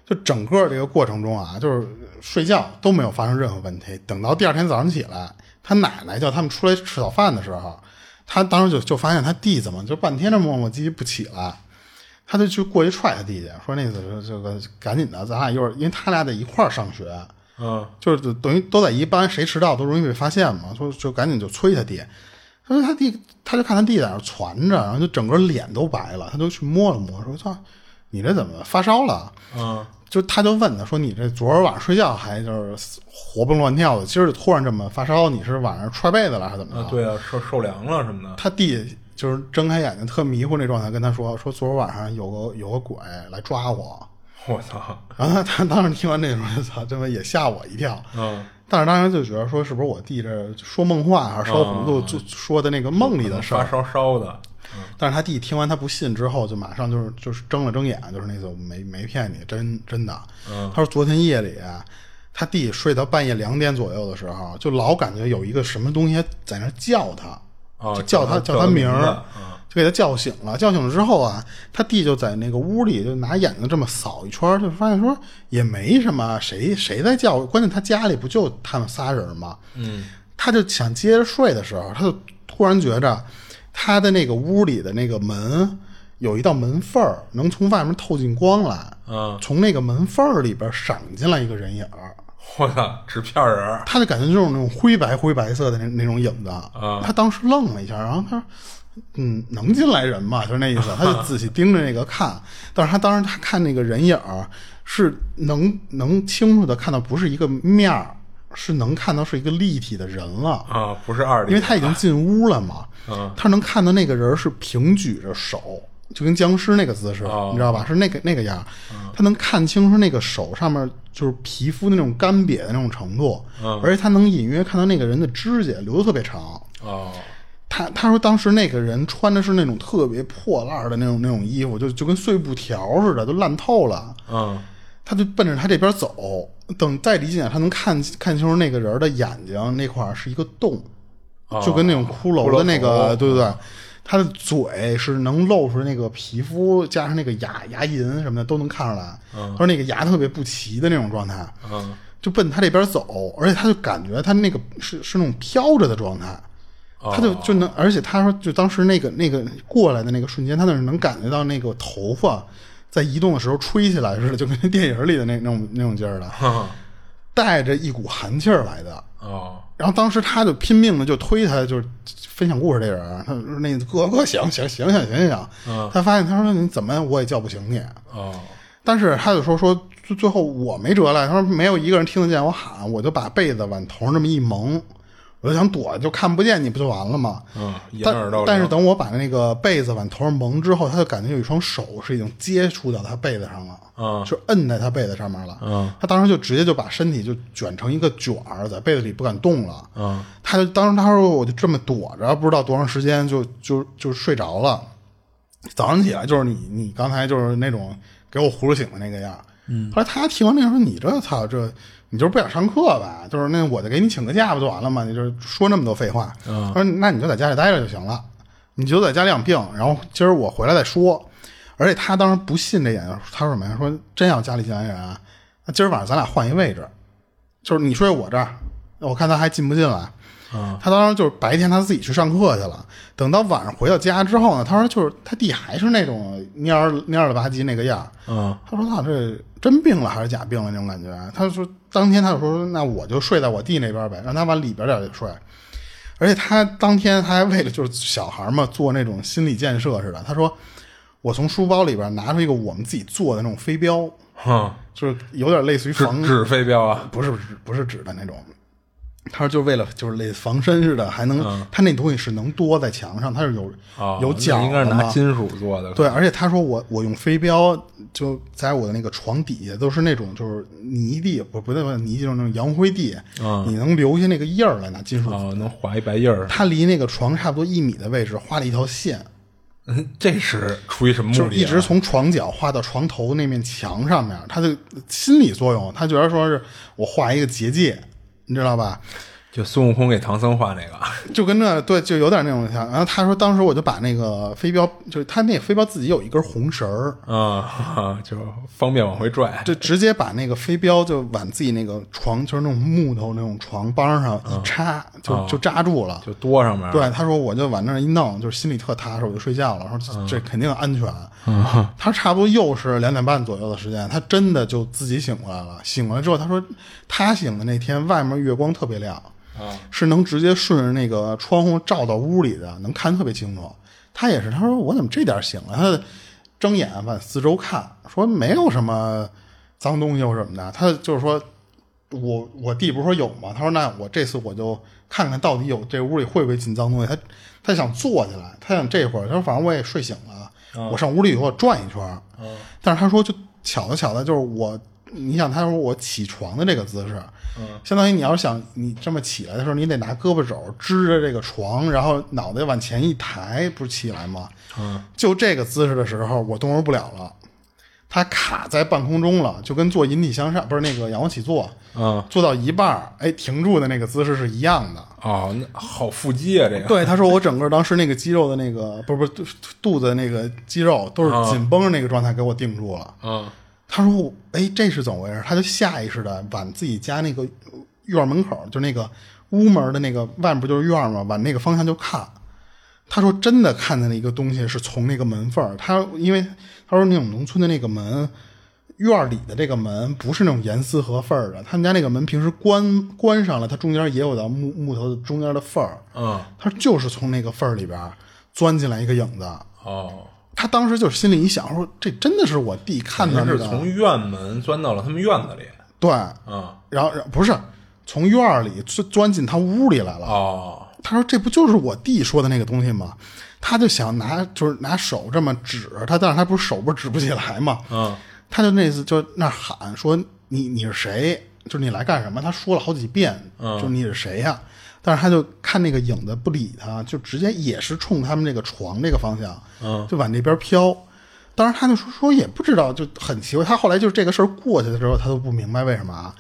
[SPEAKER 2] 就整个这个过程中啊，就是睡觉都没有发生任何问题。等到第二天早上起来，他奶奶叫他们出来吃早饭的时候，他当时就就发现他弟怎么就半天这磨磨唧唧不起来。他就去过去踹他弟去，说那个这个赶紧的，咱俩一会儿，因为他俩得一块儿上学，
[SPEAKER 3] 嗯，
[SPEAKER 2] 就是等于都在一班，谁迟到都容易被发现嘛，就就赶紧就催他弟。他说他弟，他就看他弟在那儿攒着，然后就整个脸都白了，他就去摸了摸，说：“操，你这怎么发烧了？”
[SPEAKER 3] 嗯，
[SPEAKER 2] 就他就问他说：“你这昨儿晚上睡觉还就是活蹦乱跳的，今儿就突然这么发烧，你是晚上踹被子了还是怎么着？”
[SPEAKER 3] 啊，对啊，受受凉了什么的，
[SPEAKER 2] 他弟就是睁开眼睛特迷糊那状态，跟他说：“说昨儿晚上有个有个鬼来抓我。”
[SPEAKER 3] (laughs) 我操，
[SPEAKER 2] 然后他他当时听完这个说：“操，这么也吓我一跳。”
[SPEAKER 3] 嗯，
[SPEAKER 2] 但是当时就觉得说，是不是我弟这说梦话还是烧糊涂，就说的那个梦里的事
[SPEAKER 3] 发
[SPEAKER 2] 儿？
[SPEAKER 3] 烧烧的，
[SPEAKER 2] 但是他弟听完他不信之后，就马上就是就是睁了睁眼，就是那种没没骗你，真真的。他说昨天夜里，啊他弟睡到半夜两点左右的时候，就老感觉有一个什么东西在那儿叫他，
[SPEAKER 3] 哦
[SPEAKER 2] 就叫他
[SPEAKER 3] 叫
[SPEAKER 2] 叫他
[SPEAKER 3] 他
[SPEAKER 2] 名
[SPEAKER 3] 名字
[SPEAKER 2] 儿，就给他叫醒了。叫醒了之后啊，他弟就在那个屋里就拿眼睛这么扫一圈儿，就发现说也没什么，谁谁在叫？关键他家里不就他们仨人吗？嗯，他就想接着睡的时候，他就突然觉着他的那个屋里的那个门有一道门缝儿，能从外面透进光来。
[SPEAKER 3] 嗯，
[SPEAKER 2] 从那个门缝儿里边闪进来一个人影儿。
[SPEAKER 3] 我操，纸片人儿，
[SPEAKER 2] 他就感觉就是那种灰白灰白色的那那种影子。他当时愣了一下，然后他说：“嗯，能进来人吗？”就是那意思。他就仔细盯着那个看，但是他当时他看那个人影儿是能能清楚的看到，不是一个面儿，是能看到是一个立体的人了。
[SPEAKER 3] 啊，不是二 D，
[SPEAKER 2] 因为他已经进屋了嘛，他能看到那个人是平举着手，就跟僵尸那个姿势，你知道吧？是那个那个样儿，他能看清楚那个手上面就是皮肤那种干瘪的那种程度，而且他能隐约看到那个人的指甲留的特别长。
[SPEAKER 3] 哦，
[SPEAKER 2] 他他说当时那个人穿的是那种特别破烂儿的那种那种衣服，就就跟碎布条似的，都烂透了。
[SPEAKER 3] 嗯，
[SPEAKER 2] 他就奔着他这边走，等再离近点，他能看看清楚那个人的眼睛那块儿是一个洞，就跟那种骷髅的那
[SPEAKER 3] 哦骷髅
[SPEAKER 2] 个，
[SPEAKER 3] 头
[SPEAKER 2] 对对对，他的嘴是能露出那个皮肤，加上那个牙牙龈什么的都能看出来。他说那个牙特别不齐的那种状态，
[SPEAKER 3] 嗯，
[SPEAKER 2] 就奔他这边走，而且他就感觉他那个是是那种飘着的状态。他就就能，而且他说，就当时那个那个过来的那个瞬间，他那是能感觉到那个头发在移动的时候吹起来似的，就跟那电影里的那那种那种劲儿的，
[SPEAKER 3] 嗯
[SPEAKER 2] 带着一股寒气儿来的。
[SPEAKER 3] 哦，
[SPEAKER 2] 然后当时他就拼命的就推他，就是分享故事这人儿，他说那哥哥行行行行行行，他发现他说你怎么我也叫不醒你，
[SPEAKER 3] 哦，
[SPEAKER 2] 但是他就说说最最后我没辙了，他说没有一个人听得见我喊，我就把被子往头上这么一蒙，我就想躲，就看不见你不就完了吗？
[SPEAKER 3] 嗯，掩
[SPEAKER 2] 但
[SPEAKER 3] 耳盗铃，
[SPEAKER 2] 但是等我把那个被子往头上蒙之后，他就感觉有一双手是已经接触到他被子上了，
[SPEAKER 3] 嗯
[SPEAKER 2] 就摁在他被子上面了。
[SPEAKER 3] 嗯
[SPEAKER 2] 他当时就直接就把身体就卷成一个卷儿，在被子里不敢动了。
[SPEAKER 3] 嗯，
[SPEAKER 2] 他就当时他说我就这么躲着，不知道多长时间就就就睡着了。早上起来就是你你刚才就是那种给我葫芦醒的那个样儿。后来他听完那个说你这操这你就是不想上课吧？就是那我就给你请个假不就完了吗？你就是说那么多废话。他说那你就在家里待着就行了，你就在家养病，然后今儿我回来再说。而且他当时不信这眼，他说什么呀？说真要家里进来人啊，那今儿晚上咱俩换一位置，就是你睡我这儿，我看他还进不进来。
[SPEAKER 3] 嗯
[SPEAKER 2] 他当时就是白天他自己去上课去了，等到晚上回到家之后呢，他说就是他弟还是那种蔫儿蔫儿了吧唧那个样儿
[SPEAKER 3] 嗯，
[SPEAKER 2] 他说：“操，这真病了还是假病了那种感觉？”他说：“当天他就说，那我就睡在我弟那边呗，让他往里边点儿睡。”而且他当天他还为了就是小孩嘛做那种心理建设似的，他说：“我从书包里边拿出一个我们自己做的那种飞镖，
[SPEAKER 3] 哼，
[SPEAKER 2] 就是有点类似于
[SPEAKER 3] 纸
[SPEAKER 2] 防
[SPEAKER 3] 纸飞镖啊，
[SPEAKER 2] 不是不是不是纸的那种，它是就是为了就是类似防身似的，还能、
[SPEAKER 3] 嗯
[SPEAKER 2] 它那东西是能多在墙上，它是有、
[SPEAKER 3] 啊，
[SPEAKER 2] 有
[SPEAKER 3] 那
[SPEAKER 2] 讲
[SPEAKER 3] 应该
[SPEAKER 2] 的
[SPEAKER 3] 是
[SPEAKER 2] 嘛
[SPEAKER 3] 拿金属做的，
[SPEAKER 2] 对，而且他说我我用飞镖就在我的那个床底下都是那种就是泥地，不不对不对泥地就是那种洋灰地，
[SPEAKER 3] 嗯
[SPEAKER 2] 你能留下那个印儿来拿金属。
[SPEAKER 3] 啊，能划一白
[SPEAKER 2] (laughs)
[SPEAKER 3] 印儿，
[SPEAKER 2] 他离那个床差不多一米的位置画了一条线，
[SPEAKER 3] 嗯这是出于什么目的
[SPEAKER 2] 就
[SPEAKER 3] 啊？
[SPEAKER 2] 是一直从床角画到床头那面墙上面，他的心理作用，他觉得说是我画一个结界，你知道吧？
[SPEAKER 3] 就孙悟空给唐僧画那个，
[SPEAKER 2] 就跟那对，就有点那种像。然后他说，当时我就把那个飞镖，就是他那个飞镖自己有一根红绳儿，
[SPEAKER 3] 啊，就方便往回拽，
[SPEAKER 2] 就直接把那个飞镖就往自己那个床，就是那种木头那种床帮上一插，就就扎住了。
[SPEAKER 3] 就多上面。
[SPEAKER 2] 对，他说我就往那儿一弄，就是心里特踏实，我就睡觉了。说这肯定安全。 (laughs) 他差不多又是两点半左右的时间，他真的就自己醒过来了。醒过来之后，他说他醒的那天外面月光特别亮，是能直接顺着那个窗户照到屋里的，能看特别清楚。他也是，他说我怎么这点儿醒了？他睁眼往四周看，说没有什么脏东西或什么的。他就是说我我弟不是说有吗？他说那我这次我就看看到底有这屋里会不会进脏东西。他他想坐起来，他想这会儿，他说反正我也睡醒了，我上屋里以后转一圈儿。但是他说就巧了巧了，就是我，你想他说我起床的这个姿势，相当于你要是想你这么起来的时候，你得拿胳膊肘支着这个床，然后脑袋往前一抬，不是起来吗？就这个姿势的时候，我动弹不了了。他卡在半空中了，就跟做引体向上不是那个仰卧起坐，
[SPEAKER 3] 嗯，
[SPEAKER 2] 做到一半儿，哎，停住的那个姿势是一样的。
[SPEAKER 3] 哦，那好腹肌啊，这个。
[SPEAKER 2] 对，他说我整个当时那个肌肉的那个，不是不是肚肚子的那个肌肉都是紧绷着那个状态给我定住了。
[SPEAKER 3] 嗯，
[SPEAKER 2] 他说我，哎，这是怎么回事？他就下意识的往自己家那个院门口，就那个屋门的那个外面不就是院吗？往那个方向就看。他说真的看见了一个东西，是从那个门缝儿。他因为他说那种农村的那个门。院里的这个门不是那种严丝合缝儿的，他们家那个门平时关关上了，它中间也有道木木头的中间的缝儿。
[SPEAKER 3] 嗯，
[SPEAKER 2] 他就是从那个缝儿里边儿钻进来一个影子。
[SPEAKER 3] 哦，
[SPEAKER 2] 他当时就是心里一想，说这真的是我弟看到那
[SPEAKER 3] 那是
[SPEAKER 2] 个，
[SPEAKER 3] 从院门钻到了他们院子里。
[SPEAKER 2] 对，
[SPEAKER 3] 嗯，
[SPEAKER 2] 然后然后不是从院儿里钻钻进他屋里来了。
[SPEAKER 3] 哦，
[SPEAKER 2] 他说这不就是我弟说的那个东西吗？他就想拿就是拿手这么指他，但是他不是手不是指不起来吗？
[SPEAKER 3] 嗯，
[SPEAKER 2] 他就那次就那喊说你你是谁？就是你来干什么？他说了好几遍，就是你是谁呀、但是他就看那个影子不理他，就直接也是冲他们这个床这个方向，就往那边飘。当时他就说说也不知道，就很奇怪。他后来就是这个事儿过去的时候，他都不明白为什么啊。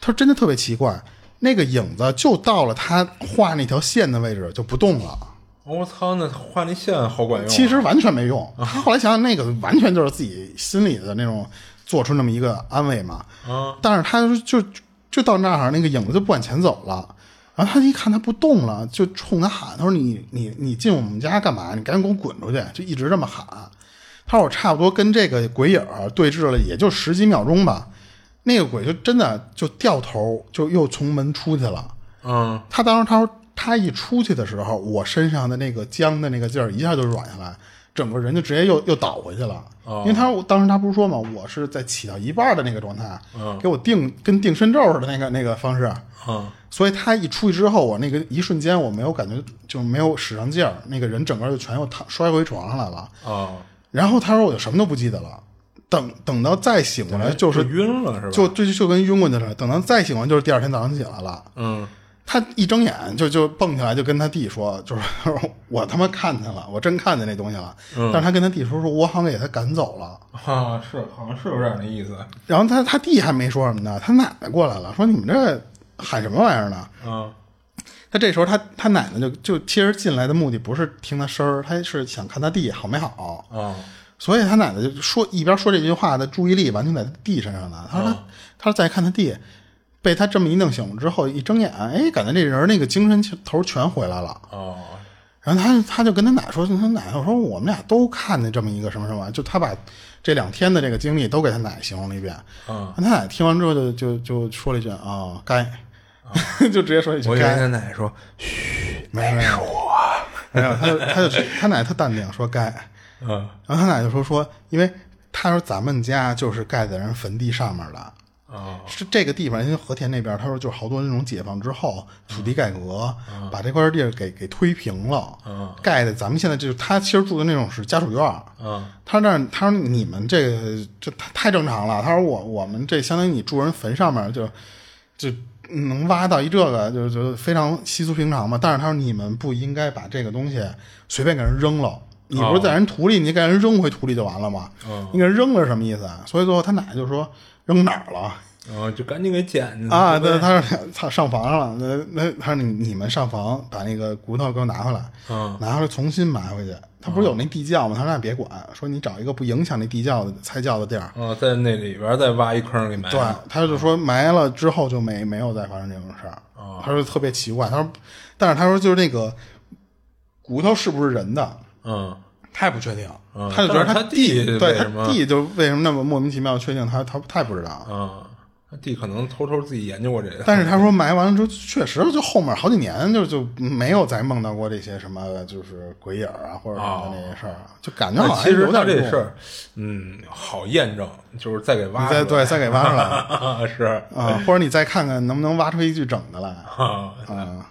[SPEAKER 2] 他说真的特别奇怪，那个影子就到了他画那条线的位置就不动了，
[SPEAKER 3] 我操，那画那线好管用啊。
[SPEAKER 2] 其实完全没用。他后来想想，那个完全就是自己心里的那种做出那么一个安慰嘛。但是他就就就到那儿，那个影子就不往前走了。然后他一看他不动了，就冲他喊，他说你：“你你进我们家干嘛？你赶紧给我滚出去！”就一直这么喊。他说：“我差不多跟这个鬼影儿对峙了，也就十几秒钟吧。那个鬼就真的就掉头，就又从门出去了。
[SPEAKER 3] 嗯，
[SPEAKER 2] 他当时他说他一出去的时候，我身上的那个僵的那个劲儿一下就软下来，整个人就直接又又倒回去了。
[SPEAKER 3] 哦
[SPEAKER 2] 因为他我当时他不是说嘛，我是在起到一半的那个状态，给我定跟定身咒似的那个那个方式。
[SPEAKER 3] 嗯，
[SPEAKER 2] 所以他一出去之后，我那个一瞬间我没有感觉，就是没有使上劲儿，那个人整个就全又躺摔回床上来了。
[SPEAKER 3] 哦，
[SPEAKER 2] 然后他说我就什么都不记得了，等等到再醒过来就是
[SPEAKER 3] 晕了是吧？
[SPEAKER 2] 就就就跟晕过去了。等到再醒完就是第二天早上起来了。
[SPEAKER 3] 嗯，
[SPEAKER 2] 他一睁眼就就蹦起来，就跟他弟说，就是 (laughs) 我他妈看见了，我真看见那东西了。但是他跟他弟说，说我好像给他赶走了。
[SPEAKER 3] 啊，是，好像是有点那意思。
[SPEAKER 2] 然后他他弟还没说什么呢，他奶奶过来了，说你们这喊什么玩意儿呢？
[SPEAKER 3] 嗯，
[SPEAKER 2] 他这时候他他奶奶就就其实进来的目的不是听他声儿，他是想看他弟好没好。
[SPEAKER 3] 哦，
[SPEAKER 2] 所以他奶奶就说一边说这句话的注意力完全在他弟身上呢。他说他、他说再看他弟，被他这么一弄醒了之后，一睁眼，哎，感觉这人那个精神头全回来了。
[SPEAKER 3] 哦，
[SPEAKER 2] 然后他他就跟他奶说，他奶我说我们俩都看见这么一个什么什么，就他把这两天的这个经历都给他奶形容了一遍。
[SPEAKER 3] 嗯，
[SPEAKER 2] 他奶听完之后就就就说了一句啊、该， (laughs) 就直接说了一句
[SPEAKER 3] 啊我以为
[SPEAKER 2] 该
[SPEAKER 3] 他，奶奶说，
[SPEAKER 2] 没有没有，没有，他就他就他奶特淡定说该，
[SPEAKER 3] 嗯
[SPEAKER 2] 然后他奶就说说，因为他说咱们家就是盖在人坟地上面的，
[SPEAKER 3] 啊
[SPEAKER 2] 是这个地方，因为和田那边，他说就是好多那种解放之后土地改革，把这块地儿给给推平了，盖的咱们现在就是他其实住的那种是家属院儿，
[SPEAKER 3] 啊
[SPEAKER 2] 他那儿他说你们这个这太太正常了，他说我我们这相当于你住人坟上面就就能挖到一这个就就非常稀疏平常嘛，但是他说你们不应该把这个东西随便给人扔了。你不是在人土里，你给人扔回土里就完了吗？你给人扔了是什么意思啊？所以最后他奶就说扔哪儿了？
[SPEAKER 3] 啊，就赶紧给捡
[SPEAKER 2] 啊，
[SPEAKER 3] 对
[SPEAKER 2] 对，
[SPEAKER 3] 不对，
[SPEAKER 2] 他说他上房上了，那那他说你你们上房把那个骨头给我拿回来，
[SPEAKER 3] 嗯
[SPEAKER 2] 拿回来重新埋回去。他不是有那地窖吗？他说那别管，说你找一个不影响那地窖的菜窖的地儿。
[SPEAKER 3] 啊，在那里边再挖一坑给埋
[SPEAKER 2] 对
[SPEAKER 3] 上，，
[SPEAKER 2] 他就说埋了之后就没没有再发生这种事儿。
[SPEAKER 3] 哦
[SPEAKER 2] 他说特别奇怪，他说，但是他说就是那个骨头是不是人的，
[SPEAKER 3] 嗯
[SPEAKER 2] 他也不确定，
[SPEAKER 3] 嗯
[SPEAKER 2] 他就觉得
[SPEAKER 3] 但是他
[SPEAKER 2] 地
[SPEAKER 3] 地
[SPEAKER 2] 对
[SPEAKER 3] 为什么
[SPEAKER 2] 他地就为什么那么莫名其妙确定他他他也不知道。
[SPEAKER 3] 啊，他弟可能偷偷自己研究过这个， (laughs)
[SPEAKER 2] 但是他说埋完了之后，确实就后面好几年就就没有再梦到过这些什么就是鬼影儿啊或者什么的那些事儿，啊就感觉
[SPEAKER 3] 哦
[SPEAKER 2] 好
[SPEAKER 3] 那
[SPEAKER 2] 像
[SPEAKER 3] 其实
[SPEAKER 2] 有
[SPEAKER 3] 他
[SPEAKER 2] 点
[SPEAKER 3] 这
[SPEAKER 2] 用
[SPEAKER 3] 事儿，嗯，好验证， (laughs) 就是再给
[SPEAKER 2] 你
[SPEAKER 3] 挖出
[SPEAKER 2] 再
[SPEAKER 3] 来，
[SPEAKER 2] 对再给挖出来
[SPEAKER 3] 是
[SPEAKER 2] 啊，或者你再看看能不能挖出一句整的来
[SPEAKER 3] 啊，
[SPEAKER 2] 啊。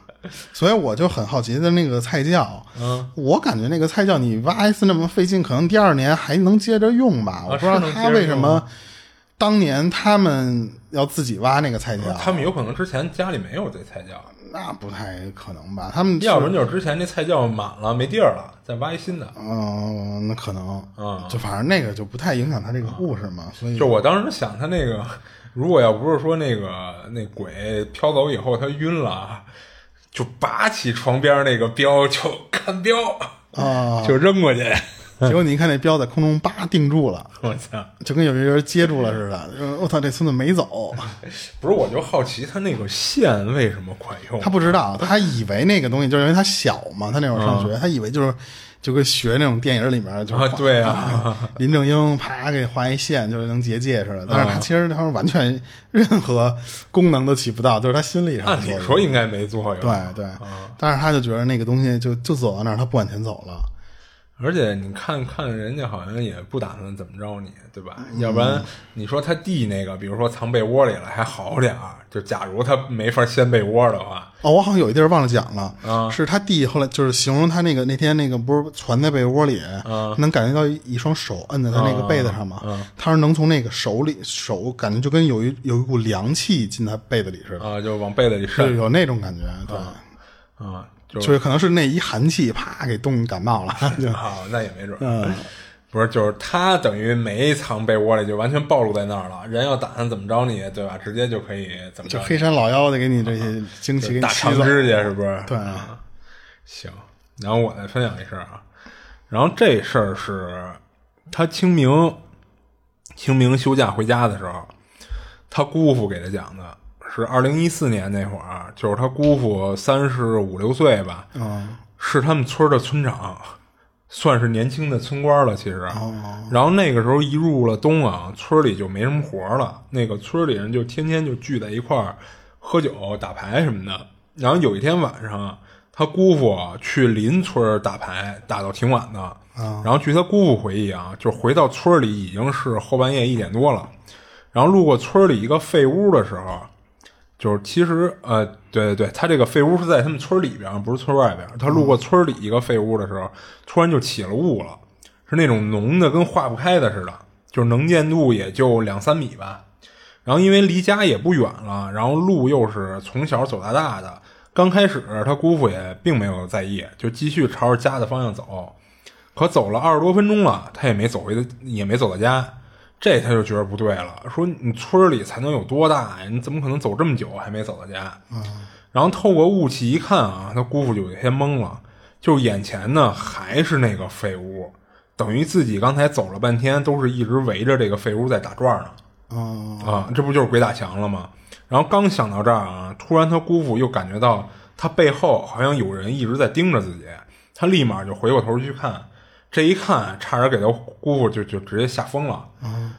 [SPEAKER 2] 所以我就很好奇的那个菜窖，
[SPEAKER 3] 嗯
[SPEAKER 2] 我感觉那个菜窖你挖一次那么费劲，可能第二年还能接着用吧。我不知道
[SPEAKER 3] 啊是能接
[SPEAKER 2] 他
[SPEAKER 3] 着
[SPEAKER 2] 为什
[SPEAKER 3] 用
[SPEAKER 2] 么
[SPEAKER 3] 啊
[SPEAKER 2] 当年他们要自己挖那个菜窖，
[SPEAKER 3] 他们有可能之前家里没有这菜窖，
[SPEAKER 2] 那不太可能吧？他们
[SPEAKER 3] 要不
[SPEAKER 2] 是
[SPEAKER 3] 然就是之前这菜窖满了没地儿了，再挖一新的。
[SPEAKER 2] 嗯，那可能，
[SPEAKER 3] 嗯
[SPEAKER 2] 就反正那个就不太影响他这个故事嘛，所以
[SPEAKER 3] 就我当时想他那个，如果要不是说那个那鬼飘走以后他晕了，啊就拔起床边那个镖就看镖，
[SPEAKER 2] 啊，
[SPEAKER 3] 就扔过去。
[SPEAKER 2] 结果你一看那镖在空中叭定住了，
[SPEAKER 3] 我操！
[SPEAKER 2] 就跟有一人接住了似的，就我操，这孙子没走，
[SPEAKER 3] 不是，我就好奇他那个线为什么管用？
[SPEAKER 2] 他不知道，他以为那个东西就是因为他小嘛，他那会儿上学，他以为就是就跟学那种电影里面就是
[SPEAKER 3] 啊，对啊，
[SPEAKER 2] 林正英啪给画一线，就是能结界似的。但是他其实他说完全任何功能都起不到，就是他心理上的
[SPEAKER 3] 按理
[SPEAKER 2] 作用
[SPEAKER 3] 说应该没作用。
[SPEAKER 2] 对对，但是他就觉得那个东西就就走到那儿，他不往前走了。
[SPEAKER 3] 而且你看看人家好像也不打算怎么着你，对吧？
[SPEAKER 2] 嗯
[SPEAKER 3] 要不然你说他弟那个，比如说藏被窝里了还好点儿，就假如他没法掀被窝的话，
[SPEAKER 2] 哦，我好像有一地儿忘了讲了，
[SPEAKER 3] 啊
[SPEAKER 2] 是他弟后来就是形容他那个那天那个不是蜷在被窝里，
[SPEAKER 3] 啊
[SPEAKER 2] 能感觉到一双手摁在他那个被子上嘛，他说能从那个手里手感觉就跟有一有一股凉气进他被子里似的，
[SPEAKER 3] 啊，就往被子里
[SPEAKER 2] 就
[SPEAKER 3] 渗
[SPEAKER 2] 有那种感觉，对，
[SPEAKER 3] 啊，就
[SPEAKER 2] 就是可能是那一寒气啪给冻感冒了，就
[SPEAKER 3] 啊，那也没准儿。
[SPEAKER 2] 嗯
[SPEAKER 3] 不是，就是他等于没藏被窝里，就完全暴露在那儿了。人要打算怎么着你，对吧？直接就可以怎么
[SPEAKER 2] 就
[SPEAKER 3] 着你，
[SPEAKER 2] 黑山老妖的给你这些精气给你
[SPEAKER 3] 大
[SPEAKER 2] 吸
[SPEAKER 3] 长
[SPEAKER 2] 走，
[SPEAKER 3] 指甲是不是？
[SPEAKER 2] 对
[SPEAKER 3] 啊行，然后我再分享一事儿啊，然后这事儿是他清明清明休假回家的时候，他姑父给他讲的，是二零一四年那会儿，啊就是他姑父三十五六岁吧，
[SPEAKER 2] 嗯，
[SPEAKER 3] 是他们村儿的村长，算是年轻的村官了。其实，然后那个时候一入了冬啊，村儿里就没什么活儿了。那个村儿里人就天天就聚在一块儿喝酒、打牌什么的。然后有一天晚上啊，他姑父啊去邻村儿打牌，打到挺晚的。然后据他姑父回忆啊，就回到村儿里已经是后半夜一点多了。然后路过村儿里一个废屋的时候，就是其实呃，对对对，他这个废屋是在他们村里边儿，不是村外边儿。他路过村里一个废屋的时候，突然就起了雾了，是那种浓的跟化不开的似的，就是能见度也就两三米吧。然后因为离家也不远了，然后路又是从小走到大的，刚开始他姑父也并没有在意，就继续朝着家的方向走。可走了二十多分钟了，他也没走回，也没走到家。这他就觉得不对了，说你村里才能有多大呀？你怎么可能走这么久还没走到家？然后透过雾气一看啊，他姑父就有些懵了，就是眼前呢还是那个废屋，等于自己刚才走了半天都是一直围着这个废屋在打转呢。
[SPEAKER 2] 嗯，
[SPEAKER 3] 啊，这不就是鬼打墙了吗？然后刚想到这儿啊，突然他姑父又感觉到他背后好像有人一直在盯着自己，他立马就回过头去看，这一看差点给他姑父就就直接吓疯了。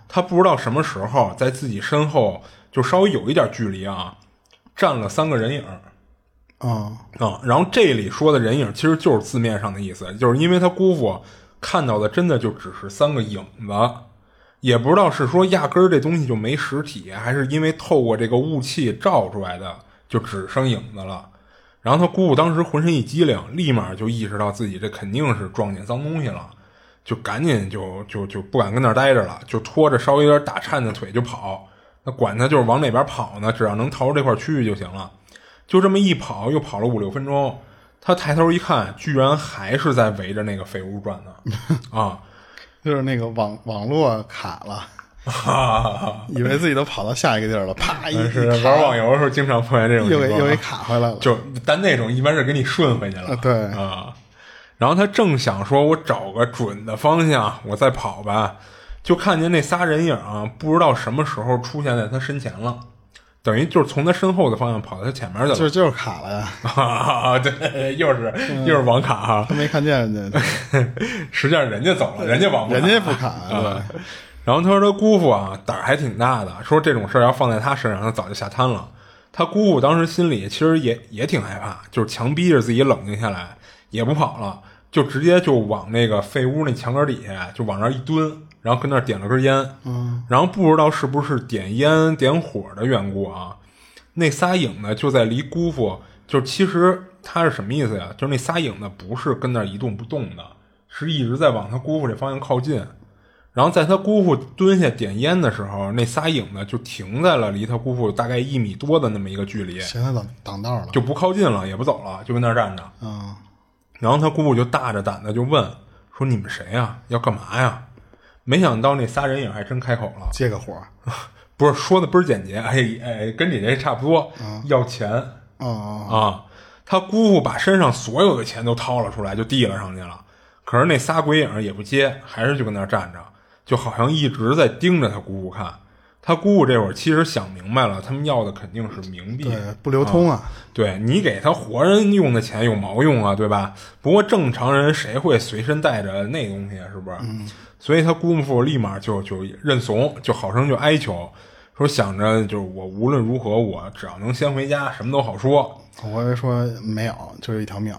[SPEAKER 3] 他不知道什么时候在自己身后就稍微有一点距离啊，站了三个人影儿。
[SPEAKER 2] 啊
[SPEAKER 3] 啊、然后这里说的人影其实就是字面上的意思，就是因为他姑父看到的真的就只是三个影子，也不知道是说压根儿这东西就没实体，还是因为透过这个雾气照出来的，就只剩影子了。然后他姑父当时浑身一激灵，立马就意识到自己这肯定是撞见脏东西了，就赶紧就就就不敢跟那儿待着了，就拖着稍微有点打颤的腿就跑。那管他就是往哪边跑呢，只要能逃出这块区域就行了。就这么一跑，又跑了五六分钟，他抬头一看，居然还是在围着那个废屋转呢。啊，
[SPEAKER 2] 就是那个网网络卡了，
[SPEAKER 3] 哈，
[SPEAKER 2] 以为自己都跑到下一个地儿了，啪一
[SPEAKER 3] 但嗯是
[SPEAKER 2] 一卡
[SPEAKER 3] 玩网游的时候经常碰见这种
[SPEAKER 2] 又给
[SPEAKER 3] 情况啊，
[SPEAKER 2] 又给卡回来了，
[SPEAKER 3] 就但那种一般是给你顺回去了，
[SPEAKER 2] 啊对
[SPEAKER 3] 啊。然后他正想说，我找个准的方向，我再跑吧，就看见那仨人影啊，不知道什么时候出现在他身前了，等于就是从他身后的方向跑到他前面去了。
[SPEAKER 2] 就是嗯就是卡了 (laughs) 呀，
[SPEAKER 3] 啊， (laughs) 对，又是又是网卡哈、
[SPEAKER 2] 他没看见 (laughs) 人家，
[SPEAKER 3] (laughs) 实际上人家走了，人家网
[SPEAKER 2] 人家不
[SPEAKER 3] 卡
[SPEAKER 2] 卡，对
[SPEAKER 3] 啊。然后他说他姑父啊胆儿还挺大的，说这种事儿要放在他身上，他早就下摊了。他姑父当时心里其实也也挺害怕，就是强逼着自己冷静下来，也不跑了，就直接就往那个废屋那墙根底下就往那儿一蹲，然后跟那儿点了根烟。嗯，然后不知道是不是点烟点火的缘故啊，那仨影呢就在离姑父，就是其实他是什么意思呀？就是那仨影呢不是跟那儿一动不动的，是一直在往他姑父这方向靠近。然后在他姑父蹲下点烟的时候，那仨影呢就停在了离他姑父大概一米多的那么一个距离，
[SPEAKER 2] 嫌他挡挡道了，
[SPEAKER 3] 就不靠近了，也不走了，就跟那儿站着。
[SPEAKER 2] 啊，
[SPEAKER 3] 然后他姑父就大着胆子就问说：“你们谁呀？要干嘛呀？”没想到那仨人影还真开口了，
[SPEAKER 2] 借个火
[SPEAKER 3] 不是说的倍儿简洁，哎哎，跟你这差不多，要钱。
[SPEAKER 2] 啊，
[SPEAKER 3] 啊，他姑父把身上所有的钱都掏了出来，就递了上去了。可是那仨鬼影也不接，还是就跟那儿站着，就好像一直在盯着他姑父看。他姑父这会儿其实想明白了，他们要的肯定是冥币，
[SPEAKER 2] 对，不流通啊，
[SPEAKER 3] 对你给他活人用的钱有毛用啊，对吧？不过正常人谁会随身带着那东西啊？是不是？所以他姑父立马就就认怂，就好生就哀求，说想着就是我无论如何，我只要能先回家，什么都好说。
[SPEAKER 2] 我以为说没有，就是一条命，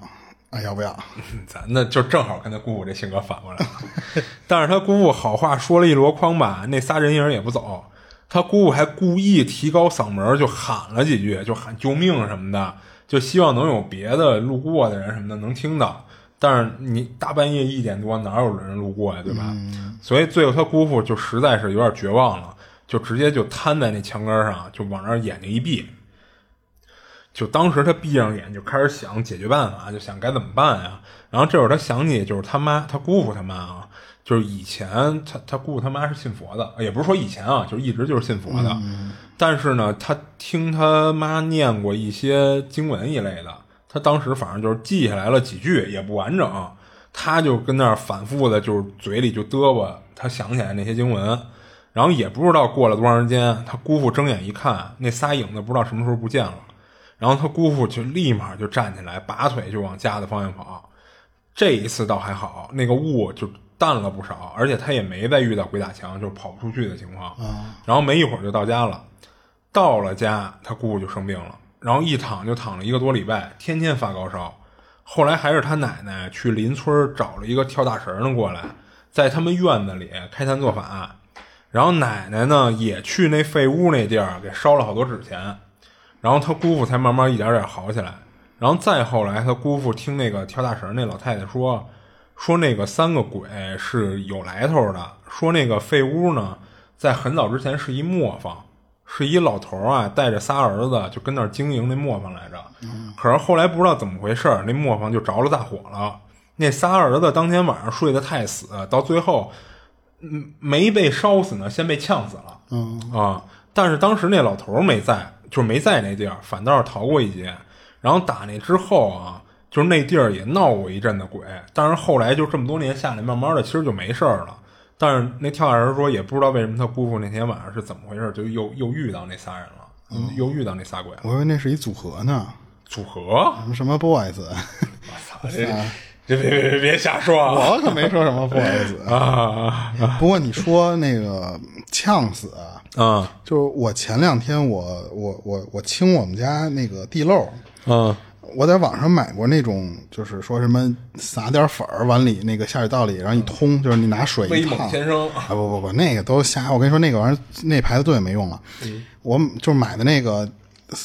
[SPEAKER 2] 啊，要不要？
[SPEAKER 3] 咱 (laughs) 那就正好跟他姑父这性格反过来了。 (laughs) 但是他姑父好话说了一箩筐吧，那仨人影也不走，他姑父还故意提高嗓门儿就喊了几句，就喊救命什么的，就希望能有别的路过的人什么的能听到。但是你大半夜一点多，哪有人路过呀，对吧？所以最后他姑父就实在是有点绝望了，就直接就瘫在那墙根儿上，就往那儿眼睛一闭，就当时他闭上眼就开始想解决办法，就想该怎么办呀。然后这会儿他想起就是他妈，他姑父他妈啊，就是以前他他姑父他妈是信佛的，也不是说以前啊，就是一直就是信佛的。但是呢，他听他妈念过一些经文一类的，他当时反正就是记下来了几句，也不完整。他就跟那儿反复的，就是嘴里就嘚啵，他想起来那些经文。然后也不知道过了多长时间，他姑父睁眼一看，那仨影子不知道什么时候不见了。然后他姑父就立马就站起来，拔腿就往家的方向跑。这一次倒还好，那个雾就淡了不少，而且他也没再遇到鬼打墙，就是跑不出去的情况。然后没一会儿就到家了，到了家他姑姑就生病了，然后一躺就躺了一个多礼拜，天天发高烧。后来还是他奶奶去邻村儿找了一个跳大神儿的过来，在他们院子里开坛做法。然后奶奶呢也去那废屋那地儿给烧了好多纸钱，然后他姑父才慢慢一点点好起来。然后再后来，他姑父听那个跳大神那老太太说，说那个三个鬼是有来头的，说那个废屋呢，在很早之前是一磨坊，是一老头啊带着仨儿子就跟那儿经营那磨坊来着。可是后来不知道怎么回事儿，那磨坊就着了大火了。那仨儿子当天晚上睡得太死，到最后，嗯，没被烧死呢，先被呛死了。
[SPEAKER 2] 嗯，
[SPEAKER 3] 啊，但是当时那老头儿没在，就是没在那地儿，反倒是逃过一劫。然后打那之后啊，就是那地儿也闹过一阵的鬼，但是后来就这么多年下来，慢慢的其实就没事儿了。但是那跳大神说，也不知道为什么他姑父那天晚上是怎么回事，就又又遇到那仨人了，又遇到那仨鬼了。
[SPEAKER 2] 嗯我以为那是一组合呢，
[SPEAKER 3] 组合，
[SPEAKER 2] 什么什么 boys， (laughs)
[SPEAKER 3] 这这别别别别瞎说啊
[SPEAKER 2] 我可哦没说什么 boys。
[SPEAKER 3] 啊
[SPEAKER 2] (laughs) 不过你说那个呛死啊，
[SPEAKER 3] 啊
[SPEAKER 2] 就是我前两天我我我我清我们家那个地漏，
[SPEAKER 3] 啊！
[SPEAKER 2] 我在网上买过那种，就是说什么撒点粉儿往里那个下水道里，然后一通，就是你拿水一
[SPEAKER 3] 威
[SPEAKER 2] 烫
[SPEAKER 3] 猛，先生，
[SPEAKER 2] 啊不不不，那个都瞎。我跟你说，那个玩意儿那牌子最没用了。
[SPEAKER 3] 嗯
[SPEAKER 2] 我就是买的那个，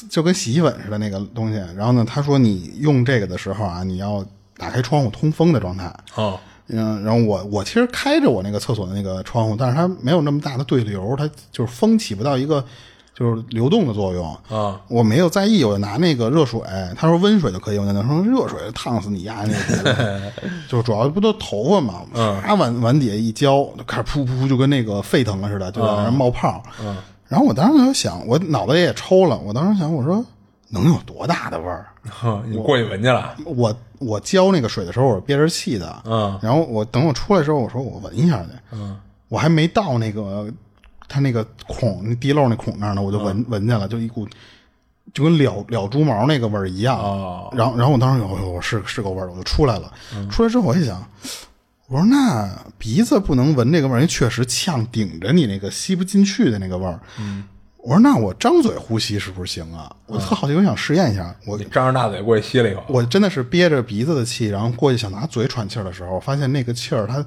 [SPEAKER 2] 就跟洗衣粉似的那个东西。然后呢，他说你用这个的时候啊，你要打开窗户通风的状态。
[SPEAKER 3] 哦，
[SPEAKER 2] 嗯，然后我我其实开着我那个厕所的那个窗户，但是它没有那么大的对流，它就是风起不到一个就是流动的作用
[SPEAKER 3] 啊。
[SPEAKER 2] 我没有在意，我就拿那个热水，他说温水就可以，我就拿说热水烫死你丫那个， (laughs) 就是主要不都头发嘛，啊往往底下一浇，就开始噗噗噗就跟那个沸腾了似的，就在那儿冒泡。嗯，然后我当时就想，我脑袋也抽了，我当时想，我说能有多大的味儿？啊
[SPEAKER 3] 哼 (laughs) 你过去闻去了，
[SPEAKER 2] 我我浇那个水的时候，我是憋着气的，
[SPEAKER 3] 嗯，
[SPEAKER 2] 然后我等我出来的时候，我说我闻一下去，嗯，我还没到那个它那个孔那地漏那孔那儿呢，我就
[SPEAKER 3] 嗯
[SPEAKER 2] 闻、闻见了，就一股就跟燎燎猪毛那个味儿一样，
[SPEAKER 3] 哦嗯
[SPEAKER 2] 然后然后我当时有有是是个味儿，我就出来了，出来之后我一想。我说那鼻子不能闻这个味儿，因为确实呛顶着你那个吸不进去的那个味儿。嗯，我说那我张嘴呼吸是不是行啊？我特好奇，我想试验一下。我
[SPEAKER 3] 嗯你张着大嘴过去吸了一口，
[SPEAKER 2] 我真的是憋着鼻子的气，然后过去想拿嘴喘气儿的时候，发现那个气儿它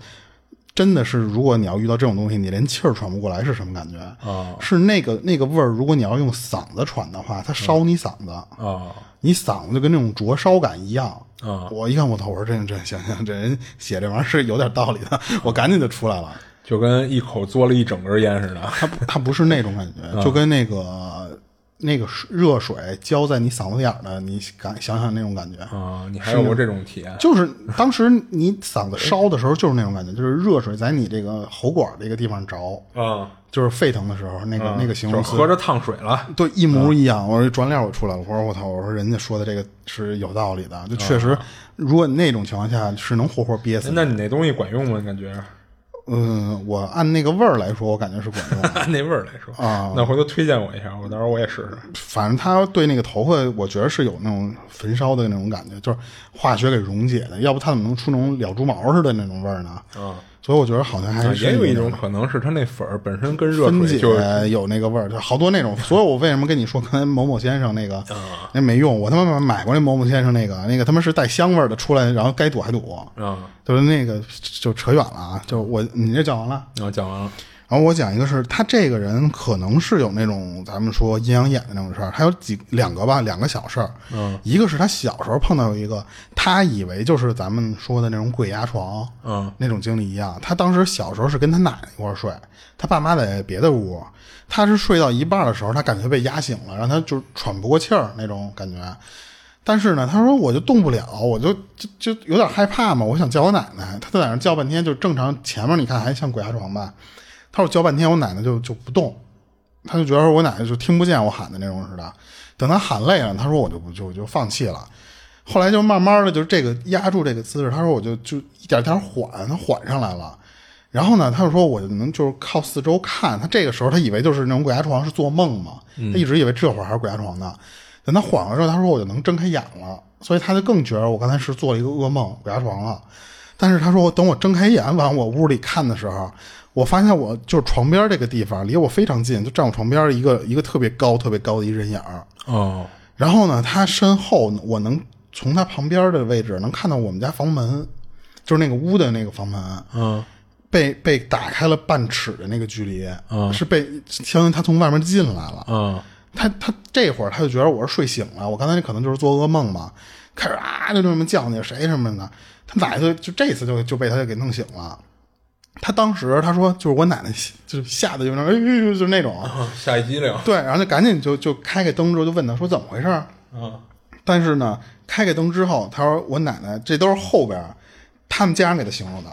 [SPEAKER 2] 真的是，如果你要遇到这种东西，你连气儿喘不过来是什么感觉？
[SPEAKER 3] 哦
[SPEAKER 2] 是那个那个味儿，如果你要用嗓子喘的话，它烧你嗓子，
[SPEAKER 3] 哦，
[SPEAKER 2] 你嗓子就跟那种灼烧感一样。
[SPEAKER 3] 嗯
[SPEAKER 2] 我一看我操，我说这这行行，这人写这玩意儿是有点道理的，我赶紧就出来了。
[SPEAKER 3] 就跟一口嘬了一整根烟似的。
[SPEAKER 2] 它不它不是那种感觉，就跟那个。那个水热水浇在你嗓子眼儿的，你感想想那种感觉啊
[SPEAKER 3] 啊，你还有过这种体验？
[SPEAKER 2] 就是当时你嗓子烧的时候，就是那种感觉，就是热水在你这个喉管这个地方着，
[SPEAKER 3] 啊，
[SPEAKER 2] 就是沸腾的时候，那个、那个形
[SPEAKER 3] 嗯就
[SPEAKER 2] 容
[SPEAKER 3] 是喝
[SPEAKER 2] 词，
[SPEAKER 3] 着嗯烫水了。
[SPEAKER 2] 对，一模一样。我说转脸我出来了，我说我操，我说人家说的这个是有道理的，就确
[SPEAKER 3] 嗯
[SPEAKER 2] 实，如果你那种情况下是能活活憋死你。
[SPEAKER 3] 那你那东西管用吗？你感觉 (laughs)
[SPEAKER 2] 嗯，我按那个味儿来说，我感觉是管用的。 (laughs)
[SPEAKER 3] 按那味儿来说啊，那回头推荐我一下，我到时候我也试试。
[SPEAKER 2] 反正它对那个头发，我觉得是有那种焚烧的那种感觉，就是化学给溶解的，要不它怎么能出那种燎猪毛似的那种味儿呢？
[SPEAKER 3] 啊，
[SPEAKER 2] 所以我觉得好像还
[SPEAKER 3] 啊
[SPEAKER 2] 是
[SPEAKER 3] 也有一
[SPEAKER 2] 那
[SPEAKER 3] 种可能是它那粉儿本身跟热
[SPEAKER 2] 分
[SPEAKER 3] 水
[SPEAKER 2] 解
[SPEAKER 3] 就
[SPEAKER 2] 有那个味儿，就好多那
[SPEAKER 3] (laughs)
[SPEAKER 2] 种。所以我为什么跟你说刚才某某先生那个
[SPEAKER 3] 嗯
[SPEAKER 2] 那没用？我他妈买过那某某先生那个，那个他妈是带香味儿的出来，然后该躲还躲，
[SPEAKER 3] 啊。
[SPEAKER 2] 就是那个就扯远了啊。就我你这讲完了，
[SPEAKER 3] 然后讲完了，
[SPEAKER 2] 然后我讲一个是他这个人可能是有那种咱们说阴阳眼的那种事儿，还有几两个吧，两个小事儿。嗯，一个是他小时候碰到有一个，他以为就是咱们说的那种鬼压床，
[SPEAKER 3] 嗯，
[SPEAKER 2] 那种经历一样。他当时小时候是跟他奶奶一块儿睡，他爸妈在别的屋，他是睡到一半的时候，他感觉被压醒了，然后他就喘不过气儿那种感觉。但是呢，他说我就动不了，我就就就有点害怕嘛，我想叫我奶奶，他在那儿叫半天，就正常前面你看还像鬼压床吧，他说我叫半天，我奶奶就就不动，他就觉得我奶奶就听不见我喊的那种似的。等他喊累了，他说我就不就就放弃了。后来就慢慢的就这个压住这个姿势，他说我就就一点点缓，他缓上来了。然后呢，他就说我就能就是靠四周看。他这个时候他以为就是那种鬼压床是做梦嘛，他一直以为这会儿还是鬼压床呢。等他缓过之后，他说我就能睁开眼了，所以他就更觉得我刚才是做了一个噩梦，鬼压床了。但是他说我等我睁开眼往我屋里看的时候，我发现我就是床边这个地方离我非常近，就站我床边一个一个特别高特别高的一人影儿。
[SPEAKER 3] 哦，
[SPEAKER 2] 然后呢，他身后我能从他旁边的位置能看到我们家房门，就是那个屋的那个房门。啊
[SPEAKER 3] 嗯，
[SPEAKER 2] 被被打开了半尺的那个距离，是被相当于他从外面进来了。
[SPEAKER 3] 嗯，
[SPEAKER 2] 他他这会儿他就觉得我是睡醒了，我刚才可能就是做噩梦嘛，开始啊就这么叫你谁什么的，他奶奶就就这次就就被他给弄醒了。他当时他说就是我奶奶就是吓得就那哎呦呦呦就是那种，
[SPEAKER 3] 啊 (laughs) 下一机灵，
[SPEAKER 2] 对，然后就赶紧就就开开灯之后就问他说怎么回事儿，
[SPEAKER 3] 嗯，
[SPEAKER 2] 但是呢，开开灯之后，他说我奶奶，这都是后边儿他们家人给他形容的。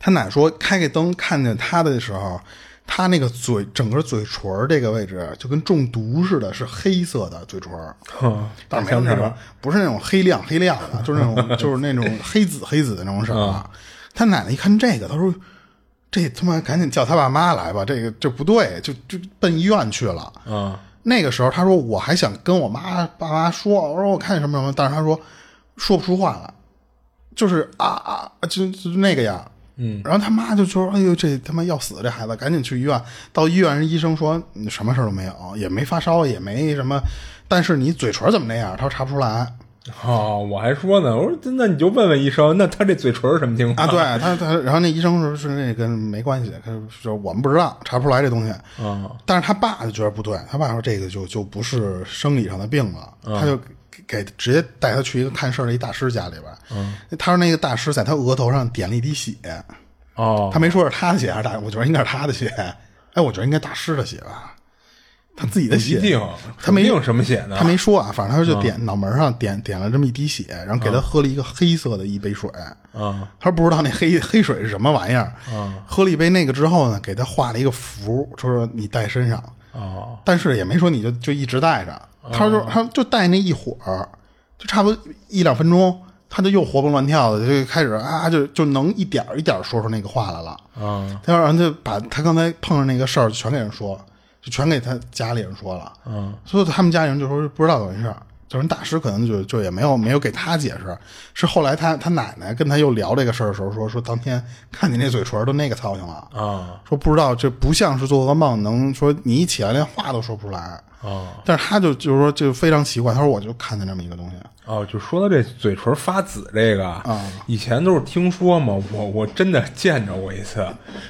[SPEAKER 2] 他奶说开开灯看见他的时候，他那个嘴整个嘴唇儿这个位置就跟中毒似的，是黑色的嘴唇儿，
[SPEAKER 3] (laughs) 嗯
[SPEAKER 2] 但是没有那种不是那种黑亮黑亮的，就是那种就是那种黑紫黑紫的那种色儿。啊他奶奶一看这个，他说。这他妈赶紧叫他爸妈来吧，这个这不对，就就奔医院去了。
[SPEAKER 3] 嗯
[SPEAKER 2] 那个时候他说我还想跟我妈爸妈说，我说我看见什么什么，但是他说说不出话来，就是啊啊，就就那个样儿。嗯，然后他妈就说：“哎呦，这他妈要死，这孩子赶紧去医院。”到医院，人医生说：“你什么事儿都没有，也没发烧，也没什么，但是你嘴唇怎么那样？”他说查不出来。
[SPEAKER 3] 哦，我还说呢，我说那你就问问医生，那他这嘴唇是什么情
[SPEAKER 2] 啊，
[SPEAKER 3] 况？
[SPEAKER 2] 对他他，然后那医生说是那跟没关系，他说我们不知道，查不出来这东西。
[SPEAKER 3] 啊，
[SPEAKER 2] 但是他爸就觉得不对，他爸说这个就就不是生理上的病了，
[SPEAKER 3] 啊
[SPEAKER 2] 他就给给直接带他去一个看事儿的一大师家里边。
[SPEAKER 3] 啊
[SPEAKER 2] 嗯，他说那个大师在他额头上点了一滴血，
[SPEAKER 3] 哦，
[SPEAKER 2] 他没说是他的血还是大，我觉得应该是他的血。哎，我觉得应该大师的血吧，他自己的血
[SPEAKER 3] 一定，
[SPEAKER 2] 他没
[SPEAKER 3] 用什么血呢？
[SPEAKER 2] 他没说啊，反正他就点、脑门上点点了这么一滴血，然后给他喝了一个黑色的一杯水。
[SPEAKER 3] 啊
[SPEAKER 2] 他不知道那黑黑水是什么玩意儿，喝了一杯那个之后呢，给他画了一个符，说说你带身上，
[SPEAKER 3] 哦
[SPEAKER 2] 但是也没说你就就一直带着，他说他就带那一会儿，就差不多一两分钟，他就又活蹦乱跳的就开始啊，就就能一点儿一点儿说出那个话来了。
[SPEAKER 3] 啊
[SPEAKER 2] 他然后就把他刚才碰上那个事儿全给人说，就全给他家里人说了。
[SPEAKER 3] 嗯，
[SPEAKER 2] 所以他们家人就说不知道怎么回事儿，就是人大师可能就就也没有没有给他解释，是后来他他奶奶跟他又聊这个事儿的时候说说当天看你那嘴唇儿都那个操性了，
[SPEAKER 3] 啊
[SPEAKER 2] 说不知道这不像是做噩梦，能说你一起来连话都说不出来。
[SPEAKER 3] 啊
[SPEAKER 2] 但是他就就是说就非常奇怪，他说我就看见这么一个东西，
[SPEAKER 3] 哦，就说到这嘴唇发紫这个，
[SPEAKER 2] 啊
[SPEAKER 3] 以前都是听说嘛，我我真的见着过一次，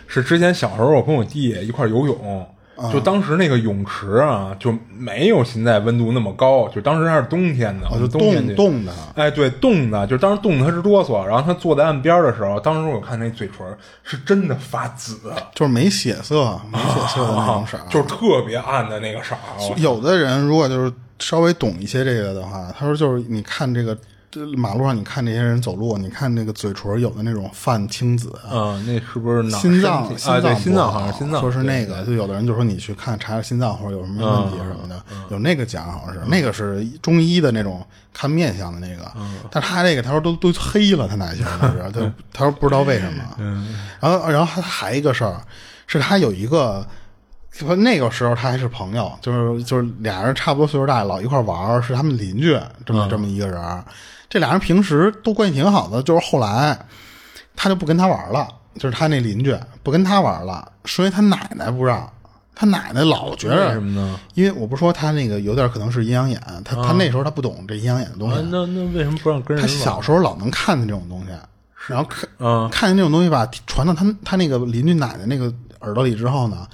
[SPEAKER 3] 是之前小时候我跟我弟一块儿游泳，
[SPEAKER 2] 啊
[SPEAKER 3] 就当时那个泳池啊就没有现在温度那么高，就当时还是冬天呢，我
[SPEAKER 2] 就
[SPEAKER 3] 们冬
[SPEAKER 2] 哦
[SPEAKER 3] 天
[SPEAKER 2] 冻
[SPEAKER 3] 去
[SPEAKER 2] 冻的，
[SPEAKER 3] 哎，对，冻的，就当时冻的他直哆嗦，然后他坐在岸边的时候，当时我看那嘴唇是真的发紫，啊
[SPEAKER 2] 就是没血色，没血色的那种色儿，
[SPEAKER 3] (laughs) 就是特别暗的那个色儿，我
[SPEAKER 2] 有的人如果就是稍微懂一些这个的话，他说就是你看这个这马路上，你看这些人走路，你看那个嘴唇有的那种泛青紫，啊
[SPEAKER 3] 嗯，那是不是脑
[SPEAKER 2] 心脏
[SPEAKER 3] 身体
[SPEAKER 2] 心
[SPEAKER 3] 啊？对，
[SPEAKER 2] 脏
[SPEAKER 3] 心
[SPEAKER 2] 不
[SPEAKER 3] 脏好像是心脏，
[SPEAKER 2] 说是
[SPEAKER 3] 对嗯
[SPEAKER 2] 那个，就有的人就说你去看查查心脏或者有什么问题什么的，有那个讲好像是那个是中医的那种看面相的那个，
[SPEAKER 3] 嗯
[SPEAKER 2] 但是他这个他说都都黑了，他哪行那边，他他说不知道为什么，
[SPEAKER 3] 嗯
[SPEAKER 2] 然后然后还还一个事儿是他有一个。说那个时候他还是朋友，就是就是俩人差不多岁数大，老一块玩儿是他们邻居这
[SPEAKER 3] 嗯
[SPEAKER 2] 么这么一个人儿。这俩人平时都关系挺好的，就是后来他就不跟他玩了，就是他那邻居不跟他玩了，是因为他奶奶不让。他奶奶老觉
[SPEAKER 3] 为
[SPEAKER 2] 着
[SPEAKER 3] 什么呢？
[SPEAKER 2] 因为我不是说他那个有点可能是阴阳眼，他、他那时候他不懂这阴阳眼的东西，
[SPEAKER 3] 啊，那那为什么不让跟人
[SPEAKER 2] 他
[SPEAKER 3] 玩啊
[SPEAKER 2] 小时候老能看见这种东西，然后看、
[SPEAKER 3] 嗯
[SPEAKER 2] 看见这种东西吧，传到他他那个邻居奶奶那个耳朵里之后呢，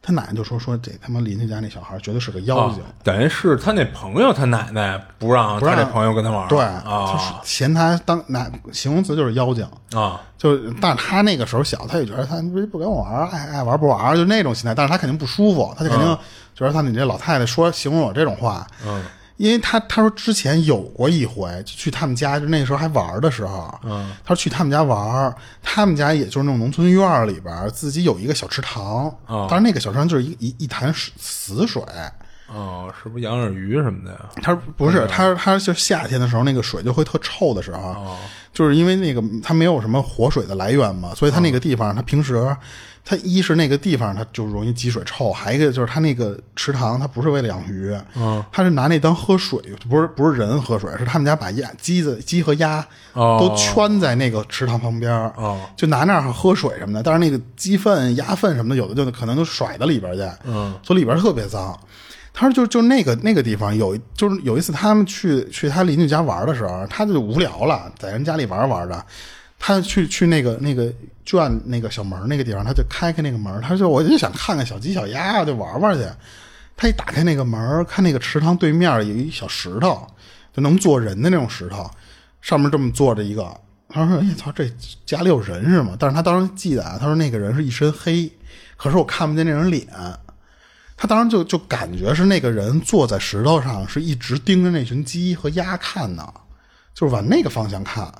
[SPEAKER 2] 他奶奶就说说这他妈邻居家那小孩绝对是个妖精，
[SPEAKER 3] 啊等于是他那朋友，他奶奶不让
[SPEAKER 2] 不让
[SPEAKER 3] 他这朋友跟他玩儿，
[SPEAKER 2] 对，他
[SPEAKER 3] 啊
[SPEAKER 2] 说嫌他当奶形容词就是妖精，
[SPEAKER 3] 啊
[SPEAKER 2] 就是，但是他那个时候小，他也觉得他不不跟我玩儿，爱爱玩不玩儿，就那种心态。但是他肯定不舒服，他就肯定觉得他你这老太太说形容我这种话，嗯，因为他他说之前有过一回，就去他们家，就那时候还玩儿的时候，嗯，他说去他们家玩儿，他们家也就是那种农村院儿里边儿自己有一个小池塘，
[SPEAKER 3] 哦
[SPEAKER 2] 当然那个小池塘就是一一一潭水死水，
[SPEAKER 3] 哦，是不是养点鱼什么的呀？
[SPEAKER 2] 他不是，他他就是夏天的时候，那个水就会特臭的时候，啊就是因为那个它没有什么活水的来源嘛，所以它那个地方，它平时它一是那个地方它就容易积水臭，还一个就是它那个池塘，它不是为了养鱼，它是拿那当喝水，不是不是人喝水，是他们家把鸭鸡子鸡和鸭
[SPEAKER 3] 哦
[SPEAKER 2] 都圈在那个池塘旁边，
[SPEAKER 3] 哦
[SPEAKER 2] 就拿那儿喝水什么的，但是那个鸡粪、鸭粪什么的，有的就可能就甩到里边去，嗯，所以里边特别脏。他说就就那个那个地方有一就是有一次他们去去他邻居家玩的时候，他就无聊了，在人家里玩着玩着，他去去那个那个圈那个小门儿那个地方，他就开开那个门儿，他说我就想看看小鸡小鸭，就玩玩去。他一打开那个门儿，看那个池塘对面有一小石头，就能坐人的那种石头，上面这么坐着一个。他说：“哎操，这家里有人是吗？”但是他当时记得啊，他说那个人是一身黑，可是我看不见那人脸。他当时就就感觉是那个人坐在石头上，是一直盯着那群鸡和鸭看呢，就是往那个方向看。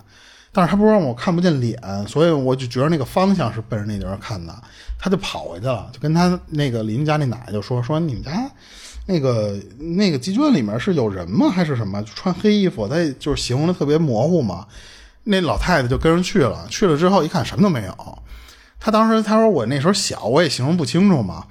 [SPEAKER 2] 但是他不让我看不见脸，所以我就觉得那个方向是奔着那地方看的。他就跑回去了，就跟他那个邻居家那奶奶就说：“说你们家那个那个鸡圈里面是有人吗？还是什么？就穿黑衣服，他就是形容的特别模糊嘛。”那老太太就跟着去了，去了之后一看什么都没有。他当时他说我那时候小，我也形容不清楚嘛。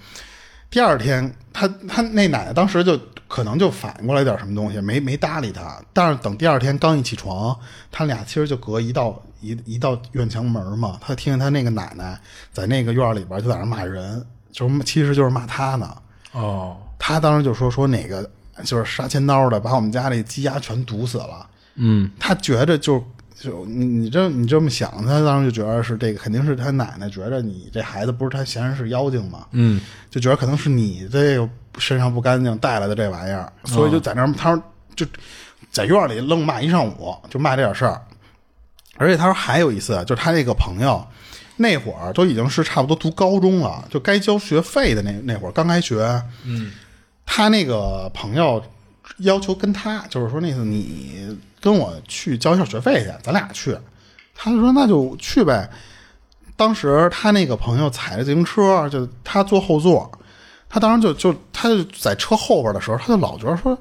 [SPEAKER 2] 第二天，他他那奶奶当时就可能就反应过来点什么东西，没没搭理他。但是等第二天刚一起床，他俩其实就隔一道一一道院墙门嘛，他听见他那个奶奶在那个院里边就在那骂人，就是其实就是骂他呢。
[SPEAKER 3] 哦，
[SPEAKER 2] 他当时就说说哪个就是杀千刀的，把我们家那鸡鸭全毒死了。
[SPEAKER 3] 嗯，
[SPEAKER 2] 他觉着就就你你这你这么想，他当时就觉得是这个，肯定是他奶奶觉着你这孩子不是他闲人是妖精嘛，嗯，就觉得可能是你这个身上不干净带来的这玩意儿，所以就在那儿，他说就在院里愣骂一上午，就骂这点事儿。而且他说还有一次，就是他那个朋友，那会儿都已经是差不多读高中了，就该交学费的那那会儿刚开学，嗯，他那个朋友要求跟他，就是说那次你跟我去交一下学费去，咱俩去。他就说那就去呗。当时他那个朋友踩着自行车，就他坐后座，他当时就就他就在车后边的时候，他就老觉得说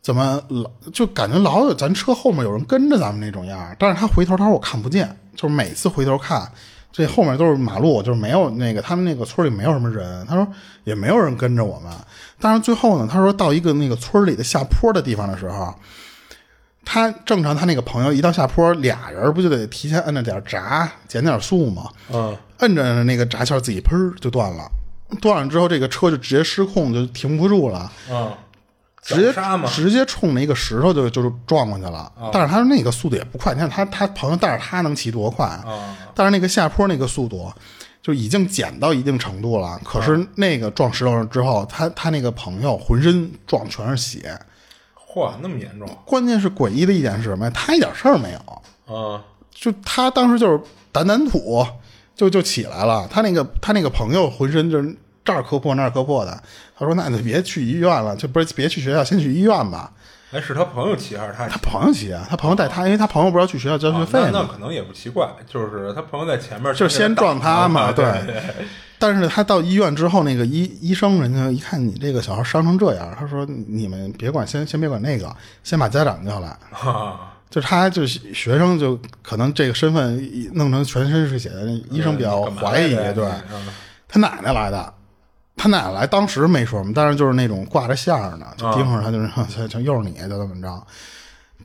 [SPEAKER 2] 怎么老就感觉老有咱车后面有人跟着咱们那种样儿，但是他回头他说我看不见，就是每次回头看，这后面都是马路，哎就是没有那个他们那个村里没有什么人，他说也没有人跟着我们。但是最后呢，他说到一个那个村里的下坡的地方的时候，他正常他那个朋友一到下坡，俩人不就得提前摁着点闸，减点速吗？
[SPEAKER 3] 嗯，
[SPEAKER 2] 摁着摁着那个闸线自己喷儿就断了，断了之后这个车就直接失控，就停不住了。
[SPEAKER 3] 嗯，
[SPEAKER 2] 直接
[SPEAKER 3] 绞杀嘛，
[SPEAKER 2] 直接冲那个石头就就是撞过去了。但是他那个速度也不快，你看他他朋友带着他能骑多快？啊但是那个下坡那个速度就已经减到一定程度了。可是那个撞石头上之后，他他那个朋友浑身撞全是血。
[SPEAKER 3] 嚯，那么严重
[SPEAKER 2] 关键是诡异的一点是什么呀？他一点事儿没有，
[SPEAKER 3] 啊？
[SPEAKER 2] 就他当时就是掸掸土，就就起来了。他那个他那个朋友浑身就是这儿磕破那儿磕破的。他说：“那你就别去医院了，就不是别去学校，先去医院吧。”
[SPEAKER 3] 哎，是他朋友骑还是他
[SPEAKER 2] 他
[SPEAKER 3] 骑？
[SPEAKER 2] 朋友骑啊，他朋友带他，因为他朋友不是要去学校交学
[SPEAKER 3] 啊
[SPEAKER 2] 费
[SPEAKER 3] 那那
[SPEAKER 2] 嘛，
[SPEAKER 3] 可能也不奇怪，就是他朋友在前面，
[SPEAKER 2] 就是先撞他
[SPEAKER 3] 他
[SPEAKER 2] 嘛，
[SPEAKER 3] 对。
[SPEAKER 2] 但是他到医院之后，那个医医生人家一看你这个小孩伤成这样，他说你们别管，先先别管那个，先把家长叫来。
[SPEAKER 3] 啊，
[SPEAKER 2] 就是他就是学生，就可能这个身份一弄成全身是血，那医生比较
[SPEAKER 3] 干嘛
[SPEAKER 2] 怀疑，
[SPEAKER 3] 来着
[SPEAKER 2] 对。
[SPEAKER 3] 嗯
[SPEAKER 2] 他奶奶来的，他奶奶来当时没说什么，但是就是那种挂着线儿呢，就
[SPEAKER 3] 啊
[SPEAKER 2] 盯上他，就是 (laughs) 就就又是你，就这么着。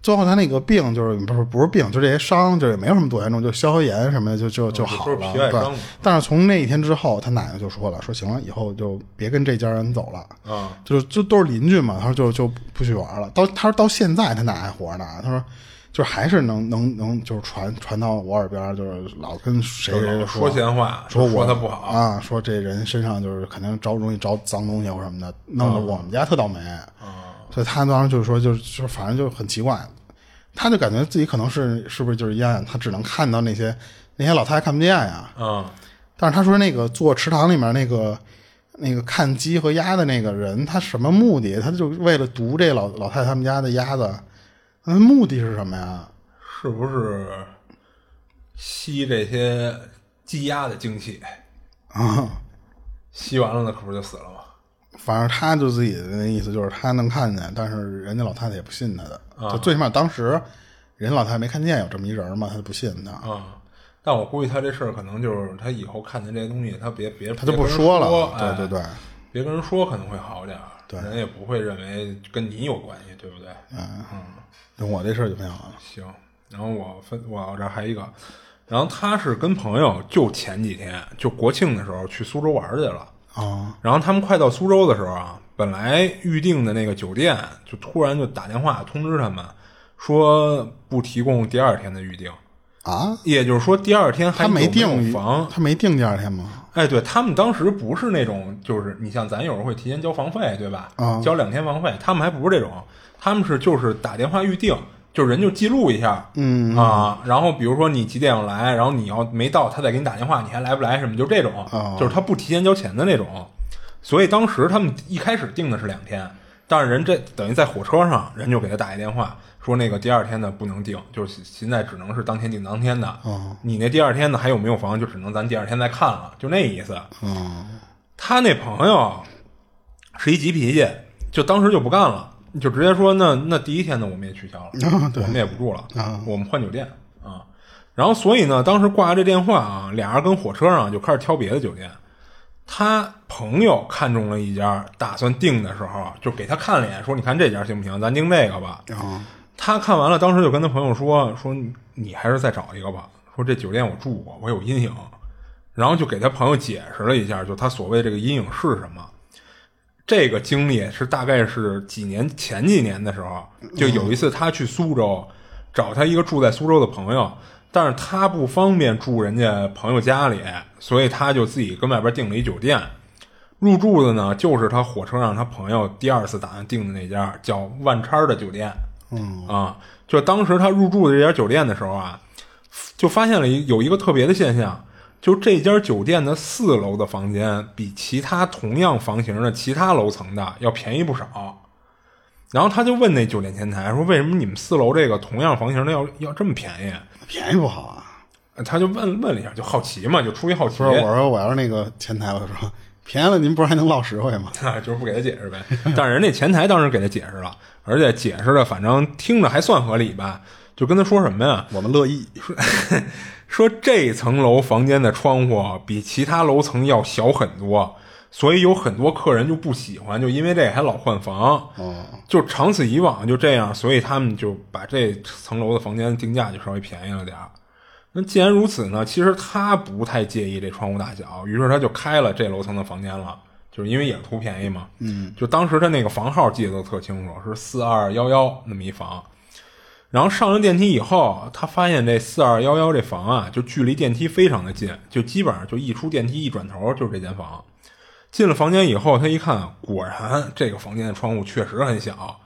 [SPEAKER 2] 最后他那个病就是不是不是病，就这些伤就是也没有什么多严重，就消消炎什么的就就就好
[SPEAKER 3] 就
[SPEAKER 2] 了。
[SPEAKER 3] 哦是皮外伤
[SPEAKER 2] 对
[SPEAKER 3] 嘛，
[SPEAKER 2] 但是从那一天之后，他奶奶就说了，说行了，以后就别跟这家人走了。
[SPEAKER 3] 啊，
[SPEAKER 2] 就是就都是邻居嘛，他说就就不许玩了。到他说到现在他奶还活着呢，他说就是还是能能能就是传传到我耳边，就是老跟谁谁
[SPEAKER 3] 就是
[SPEAKER 2] 谁
[SPEAKER 3] 说闲话，
[SPEAKER 2] 说
[SPEAKER 3] 说
[SPEAKER 2] 我
[SPEAKER 3] 他不好，
[SPEAKER 2] 啊，说这人身上就是肯定招容易招脏东西或什么的，弄得我们家特倒霉。所以他当时就说，就是就是反正就很奇怪，他就感觉自己可能是是不是就是烟，他只能看到那些那些老太太看不见呀。
[SPEAKER 3] 嗯，
[SPEAKER 2] 但是他说那个做池塘里面那个那个看鸡和鸭的那个人，他什么目的？他就为了毒这老老太太他们家的鸭子，那目的是什么呀？
[SPEAKER 3] 是不是吸这些鸡鸭的精气？
[SPEAKER 2] 啊。
[SPEAKER 3] 吸完了那可不是就死了吗？
[SPEAKER 2] 反正他就自己的那意思就是他能看见，但是人家老太太也不信他的，
[SPEAKER 3] 啊
[SPEAKER 2] 就最起码当时人家老太太没看见有这么一人嘛，他就不信他。
[SPEAKER 3] 啊，但我估计他这事儿可能就是他以后看见这些东西，他别别
[SPEAKER 2] 他就不
[SPEAKER 3] 别跟人
[SPEAKER 2] 说
[SPEAKER 3] 说
[SPEAKER 2] 了
[SPEAKER 3] 哎
[SPEAKER 2] 对对对
[SPEAKER 3] 别跟人说可能会好点儿，人也不会认为跟你有关系，对不对？
[SPEAKER 2] 嗯我这事儿就分享完了。
[SPEAKER 3] 行，然后我分我这儿还一个，然后他是跟朋友就前几天就国庆的时候去苏州玩儿去了，
[SPEAKER 2] 啊
[SPEAKER 3] 然后他们快到苏州的时候啊，本来预定的那个酒店就突然就打电话通知他们，说不提供第二天的预定，
[SPEAKER 2] 啊，
[SPEAKER 3] 也就是说第二天还
[SPEAKER 2] 他没
[SPEAKER 3] 有有
[SPEAKER 2] 定
[SPEAKER 3] 房，
[SPEAKER 2] 他没定第二天吗？
[SPEAKER 3] 哎，对他们当时不是那种，就是你像咱有时候会提前交房费，对吧？
[SPEAKER 2] 啊
[SPEAKER 3] 交两天房费，他们还不是这种，他们是就是打电话预定，就人就记录一下，嗯啊，然后比如说你几点要来，然后你要没到，他再给你打电话，你还来不来什么，就这种，
[SPEAKER 2] 哦
[SPEAKER 3] 就是他不提前交钱的那种。所以当时他们一开始定的是两天，但是人这等于在火车上，人就给他打一电话说那个第二天呢不能定，就是现在只能是当天定当天的。你那第二天呢还有没有房，就只能咱第二天再看了，就那意思。他那朋友是一急脾气，就当时就不干了，就直接说那那第一天呢我们也取消了，我们也不住了，我们换酒店啊。然后所以呢，当时挂这电话啊，俩人跟火车上就开始挑别的酒店。他朋友看中了一家，打算订的时候啊就给他看了一眼，说：“你看这家行不行？咱订这个吧。”
[SPEAKER 2] 啊
[SPEAKER 3] 他看完了，当时就跟他朋友说：“说你你还是再找一个吧。说这酒店我住过，我有阴影。”然后就给他朋友解释了一下，就他所谓这个阴影是什么。这个经历是大概是几年前几年的时候，就有一次他去苏州找他一个住在苏州的朋友，但是他不方便住人家朋友家里，所以他就自己跟外边订了一酒店。入住的呢，就是他火车上他朋友第二次打算订的那家叫万叉的酒店。嗯啊，就当时他入住的这家酒店的时候啊，就发现了一有一个特别的现象，就这家酒店的四楼的房间比其他同样房型的其他楼层的要便宜不少。然后他就问那酒店前台说：“为什么你们四楼这个同样房型的要要这么便宜
[SPEAKER 2] 便宜不好啊。？”
[SPEAKER 3] 呃他就问问了一下，就好奇嘛，就出于好奇，
[SPEAKER 2] 不是，我说我要是那个前台，我说便宜了，您不是还能落实惠吗？
[SPEAKER 3] 啊， (laughs) 就是不给他解释呗。但是人家前台当时给他解释了，而且解释的反正听着还算合理吧。就跟他说什么呀？
[SPEAKER 2] 我们乐意。
[SPEAKER 3] (laughs) 说这层楼房间的窗户啊比其他楼层要小很多，所以有很多客人就不喜欢，就因为这还老换房。哦，就长此以往就这样，所以他们就把这层楼的房间定价就稍微便宜了点儿。那既然如此呢，其实他不太介意这窗户大小，于是他就开了这楼层的房间了，就是因为也是图便宜嘛。嗯，就当时他那个房号记得都特清楚，是四二幺幺那么一房。然后上了电梯以后，他发现这四二幺幺这房啊，就距离电梯非常的近，就基本上就一出电梯一转头就是这间房。进了房间以后，他一看，果然这个房间的窗户确实很小。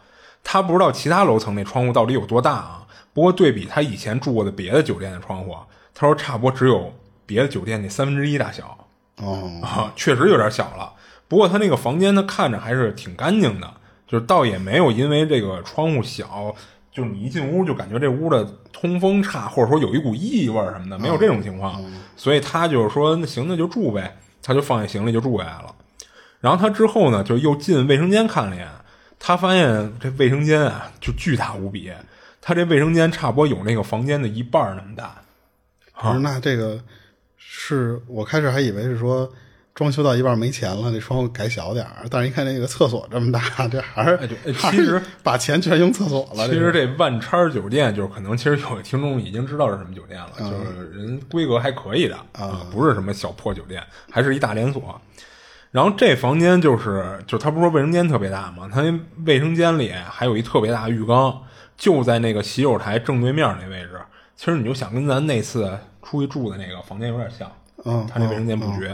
[SPEAKER 3] 他不知道其他楼层那窗户到底有多大啊，不过对比他以前住过的别的酒店的窗户，他说差不多只有别的酒店那三分之一大小。
[SPEAKER 2] 哦，
[SPEAKER 3] 啊，确实有点小了。不过他那个房间呢，看着还是挺干净的，就是倒也没有因为这个窗户小，就是你一进屋就感觉这屋的通风差，或者说有一股异味儿什么的，没有这种情况。所以他就是说，那行，那就住呗，他就放下行李就住下来了。然后他之后呢，就又进卫生间看了一眼，他发现这卫生间啊，就巨大无比。他这卫生间差不多有那个房间的一半儿那么大，啊
[SPEAKER 2] 不是，那这个是我开始还以为是说装修到一半没钱了，这窗户改小点儿，但是一看那个厕所这么大，这还
[SPEAKER 3] 哎
[SPEAKER 2] 是
[SPEAKER 3] 对哎
[SPEAKER 2] 还
[SPEAKER 3] 其实
[SPEAKER 2] 是把钱全用厕所了。
[SPEAKER 3] 其
[SPEAKER 2] 这
[SPEAKER 3] 实
[SPEAKER 2] 个
[SPEAKER 3] 这万叉儿酒店就是可能，其实有的听众已经知道是什么酒店
[SPEAKER 2] 啊
[SPEAKER 3] 了，就是人规格还可以的啊，不是什么小破酒店，还是一大连锁。然后这房间就是，就他不是说卫生间特别大吗？他那卫生间里还有一特别大的浴缸，就在那个洗手台正对面那位置。其实你就想跟咱那次出去住的那个房间有点像，
[SPEAKER 2] 嗯
[SPEAKER 3] 他那卫生间布局。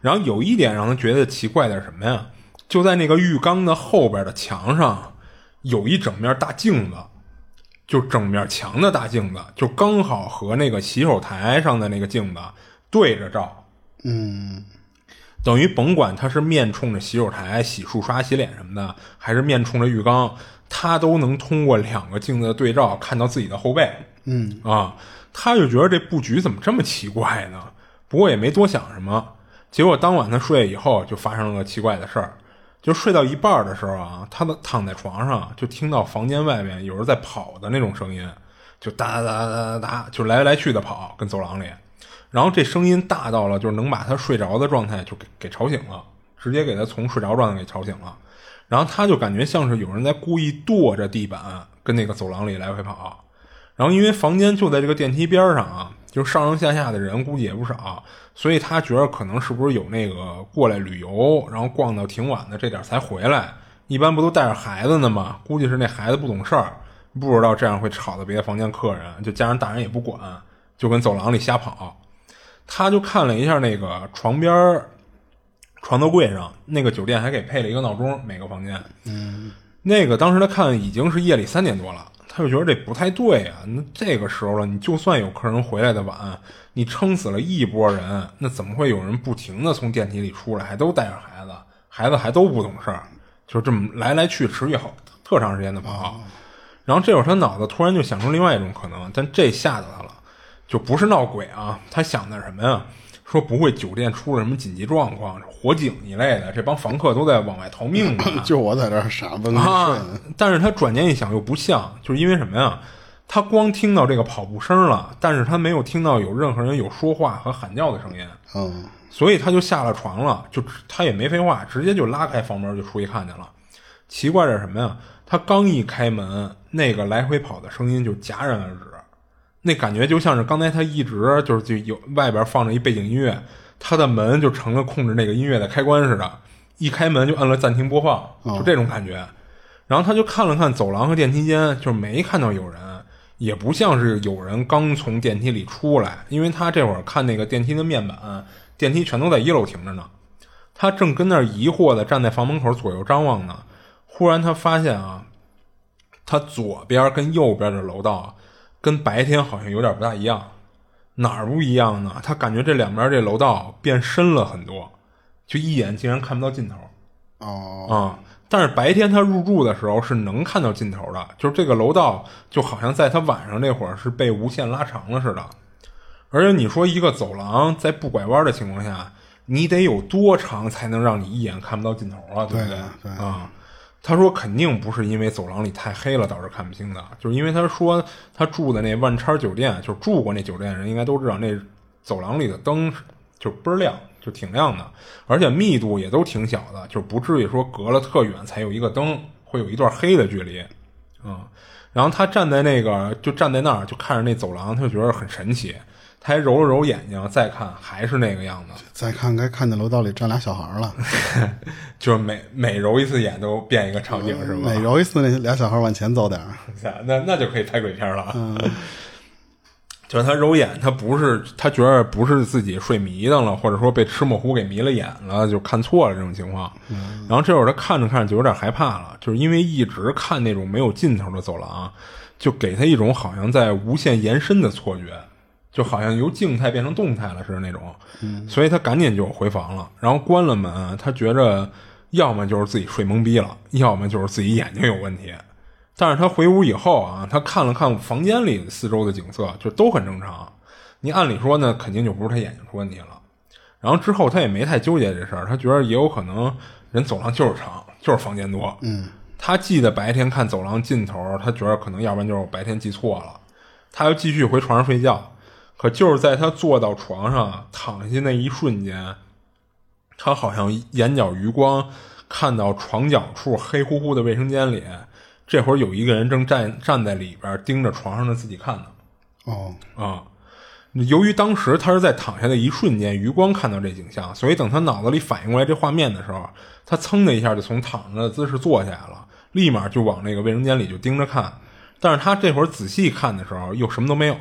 [SPEAKER 3] 然后有一点让他觉得奇怪的是什么呀？就在那个浴缸的后边的墙上，有一整面大镜子，就整面墙的大镜子，就刚好和那个洗手台上的那个镜子对着照。
[SPEAKER 2] 嗯，
[SPEAKER 3] 等于甭管他是面冲着洗手台洗漱、刷洗脸什么的，还是面冲着浴缸，他都能通过两个镜子的对照看到自己的后背。嗯啊，他就觉得这布局怎么这么奇怪呢？不过也没多想什么。结果当晚他睡以后，就发生了个奇怪的事儿，就睡到一半儿的时候啊，他的躺在床上就听到房间外面有人在跑的那种声音，就哒哒哒哒哒哒，就来来去的跑，跟走廊里。然后这声音大到了，就是能把他睡着的状态就给给吵醒了，直接给他从睡着状态给吵醒了。然后他就感觉像是有人在故意跺着地板，跟那个走廊里来回跑。然后因为房间就在这个电梯边上啊，就是上上下下的人估计也不少，所以他觉得可能是不是有那个过来旅游，然后逛到挺晚的这点儿才回来，一般不都带着孩子呢吗？估计是那孩子不懂事儿，不知道这样会吵到别的房间客人，就家人大人也不管，就跟走廊里瞎跑。他就看了一下那个床边儿床头柜上，那个酒店还给配了一个闹钟，每个房间。那个当时他看已经是夜里三点多了，他就觉得这不太对啊。那这个时候了，你就算有客人回来的晚，你撑死了一波人，那怎么会有人不停的从电梯里出来，还都带着孩子，孩子还都不懂事儿，就这么来来去持续好特长时间的跑。然后这会儿他脑子突然就想出另外一种可能，但这吓到他了，就不是闹鬼啊，他想的是什么呀？说不会酒店出了什么紧急状况，火警一类的，这帮房客都在往外
[SPEAKER 2] (coughs)
[SPEAKER 3] 逃 (coughs) 命吧？
[SPEAKER 2] (laughs) 就我在这儿傻问
[SPEAKER 3] 啊
[SPEAKER 2] 顺，！
[SPEAKER 3] 但是他转念一想又不像，就是因为什么呀？他光听到这个跑步声了，但是他没有听到有任何人有说话和喊叫的声音。
[SPEAKER 2] 嗯，
[SPEAKER 3] 所以他就下了床了，就他也没废话，直接就拉开房门就出去看见了。奇怪是什么呀？他刚一开门，那个来回跑的声音就戛然而止，那感觉就像是刚才他一直就是就有外边放着一背景音乐，他的门就成了控制那个音乐的开关似的，一开门就按了暂停播放，就这种感觉。然后他就看了看走廊和电梯间，就是没看到有人，也不像是有人刚从电梯里出来，因为他这会儿看那个电梯的面板，电梯全都在一楼停着呢。他正跟那儿疑惑的站在房门口左右张望呢，忽然他发现啊，他左边跟右边的楼道啊跟白天好像有点不大一样，哪儿不一样呢？他感觉这两边这楼道变深了很多，就一眼竟然看不到尽头。
[SPEAKER 2] 哦，
[SPEAKER 3] 啊、但是白天他入住的时候是能看到尽头的，就是这个楼道就好像在他晚上那会儿是被无限拉长了似的。而且你说一个走廊在不拐弯的情况下，你得有多长才能让你一眼看不到尽头啊？对不
[SPEAKER 2] 对啊对啊
[SPEAKER 3] 啊，他说肯定不是因为走廊里太黑了导致看不清的，就是因为他说他住的那万叉酒店，就是住过那酒店的人应该都知道，那走廊里的灯是就倍儿亮，就挺亮的，而且密度也都挺小的，就不至于说隔了特远才有一个灯，会有一段黑的距离，嗯。然后他站在那个，就站在那儿，就看着那走廊，他就觉得很神奇。他还揉了揉眼睛，再看还是那个样子。 (laughs)
[SPEAKER 2] 再看该看见楼道里站俩小孩儿了，
[SPEAKER 3] 就是每每揉一次眼都变一个场景，是吗？
[SPEAKER 2] 嗯
[SPEAKER 3] (laughs)
[SPEAKER 2] 每揉一次那俩小孩儿往前走点儿，
[SPEAKER 3] 那那就可以拍鬼片了。 (laughs) 就是他揉眼，他不是他觉得不是自己睡迷瞪了，或者说被吃墨糊给迷了眼了，就看错了这种情况。然后这会儿他看着看着就有点害怕了，就是因为一直看那种没有尽头的走廊，就给他一种好像在无限延伸的错觉。就好像由静态变成动态了似的那种，所以他赶紧就回房了，然后关了门。他觉着要么就是自己睡懵逼了，要么就是自己眼睛有问题。但是他回屋以后啊，他看了看房间里四周的景色，就都很正常。你按理说呢，肯定就不是他眼睛出问题了。然后之后他也没太纠结这事儿，他觉得也有可能人走廊就是长，就是房间多。嗯，他记得白天看走廊尽头，他觉得可能要不然就是白天记错了。他又继续回床上睡觉，可就是在他坐到床上躺下那一瞬间，他好像眼角余光看到床角处黑乎乎的卫生间里，这会儿有一个人正站站在里边盯着床上的自己看呢。
[SPEAKER 2] 哦，
[SPEAKER 3] 啊。由于当时他是在躺下的一瞬间，余光看到这景象，所以等他脑子里反应过来这画面的时候，他噌的一下就从躺着的姿势坐下来了，立马就往那个卫生间里就盯着看。但是他这会儿仔细看的时候，又什么都没有，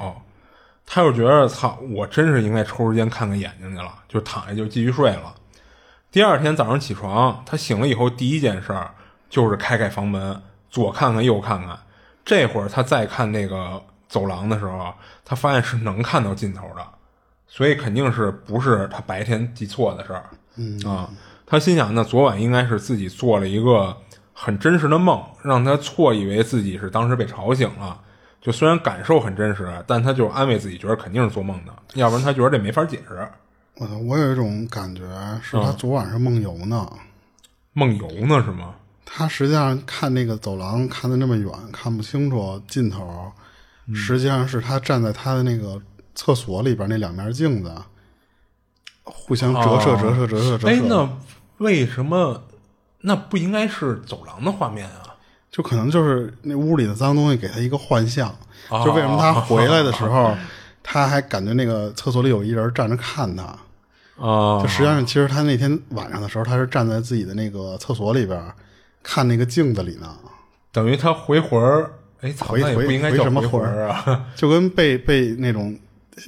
[SPEAKER 3] 他又觉得操，我真是应该抽时间看看眼睛去了，就躺下就继续睡了。第二天早上起床，他醒了以后，第一件事儿就是开开房门，左看看右看看。这会儿他再看那个走廊的时候，他发现是能看到尽头的，所以肯定是不是他白天记错的事儿。嗯啊，他心想，那昨晚应该是自己做了一个很真实的梦，让他错以为自己是当时被吵醒了。就虽然感受很真实，但他就安慰自己，觉得肯定是做梦的，要不然他觉得这没法解释。
[SPEAKER 2] 我操，我有一种感觉是
[SPEAKER 3] 嗯
[SPEAKER 2] 他昨晚上梦游呢。
[SPEAKER 3] 梦游呢是吗？
[SPEAKER 2] 他实际上看那个走廊看的那么远，看不清楚尽头，
[SPEAKER 3] 嗯
[SPEAKER 2] 实际上是他站在他的那个厕所里边那两面镜子，互相折射、
[SPEAKER 3] 哦
[SPEAKER 2] 折射、折射、折
[SPEAKER 3] 哎，
[SPEAKER 2] 射，
[SPEAKER 3] 那为什么那不应该是走廊的画面啊？
[SPEAKER 2] 就可能就是那屋里的脏东西给他一个幻象，
[SPEAKER 3] 哦
[SPEAKER 2] 就为什么他回来的时候，他还感觉那个厕所里有一人站着看他，
[SPEAKER 3] 啊
[SPEAKER 2] 就实际上其实他那天晚上的时候，他是站在自己的那个厕所里边看那个镜子里呢。
[SPEAKER 3] 等于他回魂儿，哎，操，
[SPEAKER 2] 回
[SPEAKER 3] 那也
[SPEAKER 2] 回
[SPEAKER 3] 不应该
[SPEAKER 2] 回
[SPEAKER 3] 叫
[SPEAKER 2] 什么
[SPEAKER 3] 魂
[SPEAKER 2] 魂儿
[SPEAKER 3] 啊？
[SPEAKER 2] 就跟被被那种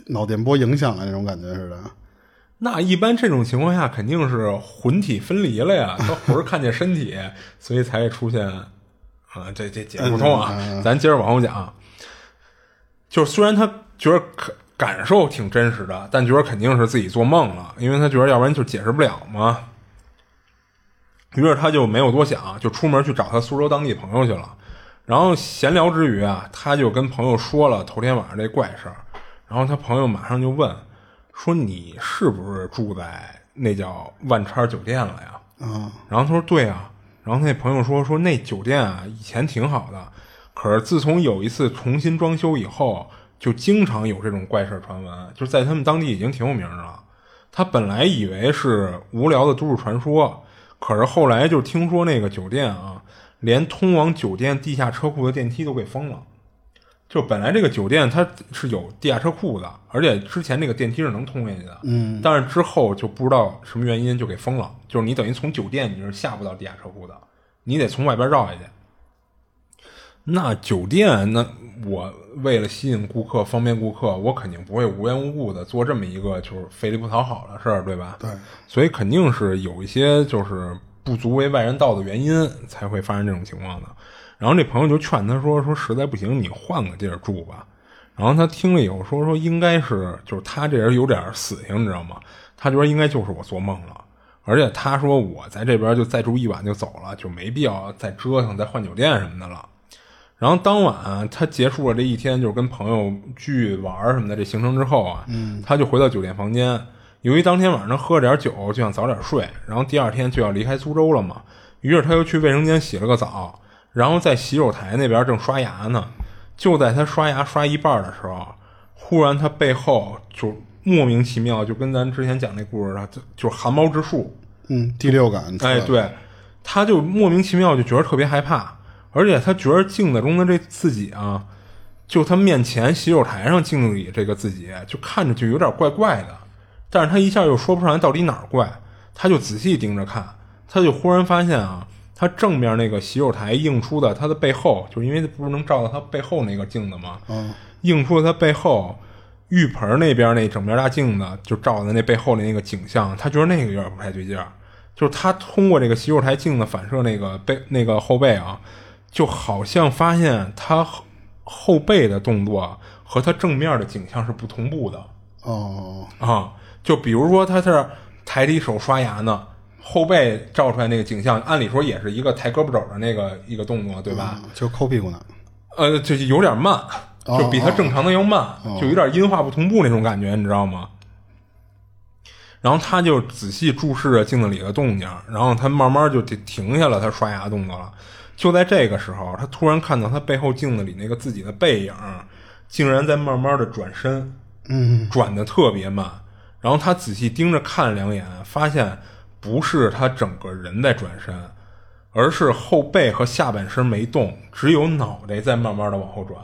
[SPEAKER 2] 脑电波影响了那种感觉似的。
[SPEAKER 3] (laughs) 那一般这种情况下肯定是魂体分离
[SPEAKER 2] (laughs)
[SPEAKER 3] 了呀，他魂儿看见身体，所以才会出现啊，这这解释不通啊，
[SPEAKER 2] 嗯
[SPEAKER 3] 咱接着往后讲。就是虽然他觉得可感受挺真实的，但觉得肯定是自己做梦了，因为他觉得要不然就解释不了嘛。于是他就没有多想，就出门去找他苏州当地朋友去了。然后闲聊之余啊，他就跟朋友说了头天晚上这怪事儿。然后他朋友马上就问说：“你是不是住在那叫万叉酒店了呀？”
[SPEAKER 2] 啊，
[SPEAKER 3] 然后他说对啊，然后那朋友说说那酒店啊以前挺好的，可是自从有一次重新装修以后，就经常有这种怪事儿传闻，就是在他们当地已经挺有名儿的了。他本来以为是无聊的都市传说，可是后来就听说那个酒店啊，连通往酒店地下车库的电梯都给封了。就本来这个酒店它是有地下车库的，而且之前那个电梯是能通下去的，嗯，但是之后就不知道什么原因就给封了，就是你等于从酒店你是下不到地下车库的，你得从外边绕下去。那酒店，那我为了吸引顾客、方便顾客，我肯定不会无缘无故的做这么一个就是费力不讨好的事儿，对吧？
[SPEAKER 2] 对，
[SPEAKER 3] 所以肯定是有一些就是不足为外人道的原因才会发生这种情况的。然后这朋友就劝他说：“说实在不行，你换个地儿住吧。”然后他听了以后说：“说应该是就是他这人有点死性，你知道吗？他觉得应该就是我做梦了。”而且他说：“我在这边就再住一晚就走了，就没必要再折腾、再换酒店什么的了。”然后当晚啊、他结束了这一天，就是跟朋友聚玩儿什么的这行程之后啊，他就回到酒店房间。由于当天晚上喝了点酒，就想早点睡，然后第二天就要离开苏州了嘛，于是他又去卫生间洗了个澡，然后在洗手台那边正刷牙呢。就在他刷牙刷一半儿的时候，忽然他背后就莫名其妙，就跟咱之前讲那故事似的，就就是汗毛直竖，
[SPEAKER 2] 嗯，第六感，
[SPEAKER 3] 哎，，对，他就莫名其妙就觉得特别害怕，而且他觉得镜子中的这自己啊，就他面前洗手台上镜子里这个自己，就看着就有点怪怪的，但是他一下又说不上来到底哪儿怪，他就仔细盯着看，他就忽然发现啊，他正面那个洗手台映出的他的背后，就是因为不是能照到他背后那个镜子吗？
[SPEAKER 2] 嗯，
[SPEAKER 3] 映出他背后浴盆那边那整面大镜子，就照在那背后的那个景象，他觉得那个有点不太对劲儿。就是他通过这个洗手台镜子反射那个背那个后背啊，就好像发现他后后背的动作和他正面的景象是不同步的。
[SPEAKER 2] 哦，
[SPEAKER 3] 啊，就比如说他是抬着一手刷牙呢，后背照出来那个景象，按理说也是一个抬胳膊肘的那个一个动作，对吧？
[SPEAKER 2] 就抠屁股呢，
[SPEAKER 3] 呃，就是有点慢，
[SPEAKER 2] 哦
[SPEAKER 3] 就比他正常的要慢，就有点音画不同步那种感觉，你知道吗？然后他就仔细注视着镜子里的动静，然后他慢慢就停停下了他刷牙的动作了。就在这个时候，他突然看到他背后镜子里那个自己的背影，竟然在慢慢的转身，
[SPEAKER 2] 嗯，
[SPEAKER 3] 转的特别慢。然后他仔细盯着看了两眼，发现不是他整个人在转身，而是后背和下半身没动，只有脑袋在慢慢的往后转，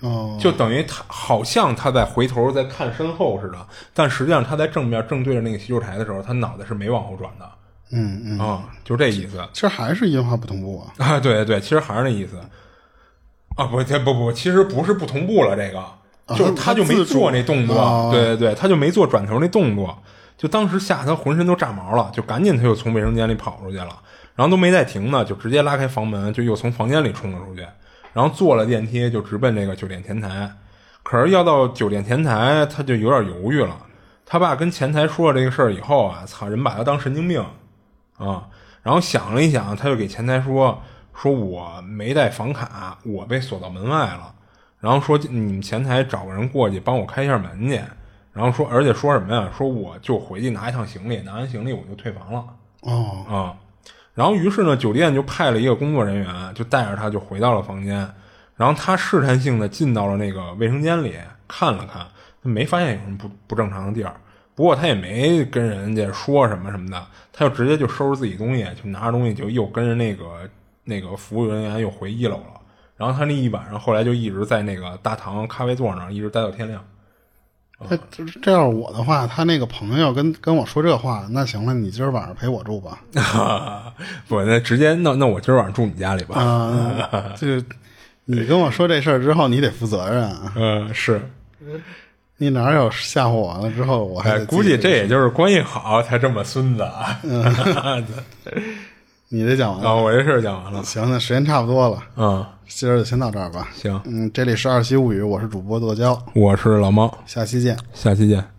[SPEAKER 2] 哦，
[SPEAKER 3] 就等于他好像他在回头在看身后似的，但实际上他在正面正对着那个洗手台的时候，他脑袋是没往后转的
[SPEAKER 2] 嗯嗯，
[SPEAKER 3] 啊、就这意思
[SPEAKER 2] 其实还是音画不同步啊，
[SPEAKER 3] 啊，对对对，其实还是那意思啊，不，这不不，其实不是不同步了，这个就是
[SPEAKER 2] 啊他
[SPEAKER 3] 他就没
[SPEAKER 2] 自主
[SPEAKER 3] 做那动作，
[SPEAKER 2] 哦
[SPEAKER 3] 对对对，他就没做转头那动作，就当时吓得他浑身都炸毛了，就赶紧他又从卫生间里跑出去了，然后都没再停呢，就直接拉开房门，就又从房间里冲了出去，然后坐了电梯就直奔这个酒店前台，可是要到酒店前台他就有点犹豫了，他爸跟前台说了这个事儿以后啊，操，人把他当神经病啊，然后想了一想，他就给前台说说我没带房卡，我被锁到门外了。然后说你们前台找个人过去帮我开一下门去。然后说，而且说什么呀？说我就回去拿一趟行李，拿完行李我就退房了
[SPEAKER 2] 哦，
[SPEAKER 3] 啊。然后于是呢，酒店就派了一个工作人员，就带着他就回到了房间。然后他试探性的进到了那个卫生间里看了看，没发现有什么不不正常的地儿。不过他也没跟人家说什么什么的，他就直接就收拾自己东西，就拿着东西就又跟着那个那个服务人员又回一楼了。然后他那一晚上后来就一直在那个大堂咖啡座那儿一直待到天亮。 (laughs) 哦
[SPEAKER 2] 他这这要是我的话，他那个朋友跟跟我说这话，那行了，你今儿晚上陪我住吧，
[SPEAKER 3] 不，那直接那那我今儿晚上住你家里吧。 (laughs)
[SPEAKER 2] 啊，这你跟我说这事儿之后，你得负责任啊，
[SPEAKER 3] 嗯，是，
[SPEAKER 2] 你哪有吓唬我了之后，我还得，
[SPEAKER 3] 哎
[SPEAKER 2] 嗯自己
[SPEAKER 3] 估计这也就是关系好才这么孙子啊。 (laughs)
[SPEAKER 2] 你这讲完
[SPEAKER 3] 啊，
[SPEAKER 2] 了，
[SPEAKER 3] 我这事儿讲完了。
[SPEAKER 2] 行，那时间差不多了，
[SPEAKER 3] 嗯，
[SPEAKER 2] 今儿就先到这儿吧。
[SPEAKER 3] 行，
[SPEAKER 2] 嗯，这里是《二七物语》，我是主播剁椒，
[SPEAKER 3] 我是老猫，
[SPEAKER 2] 下期见。
[SPEAKER 3] 下期见。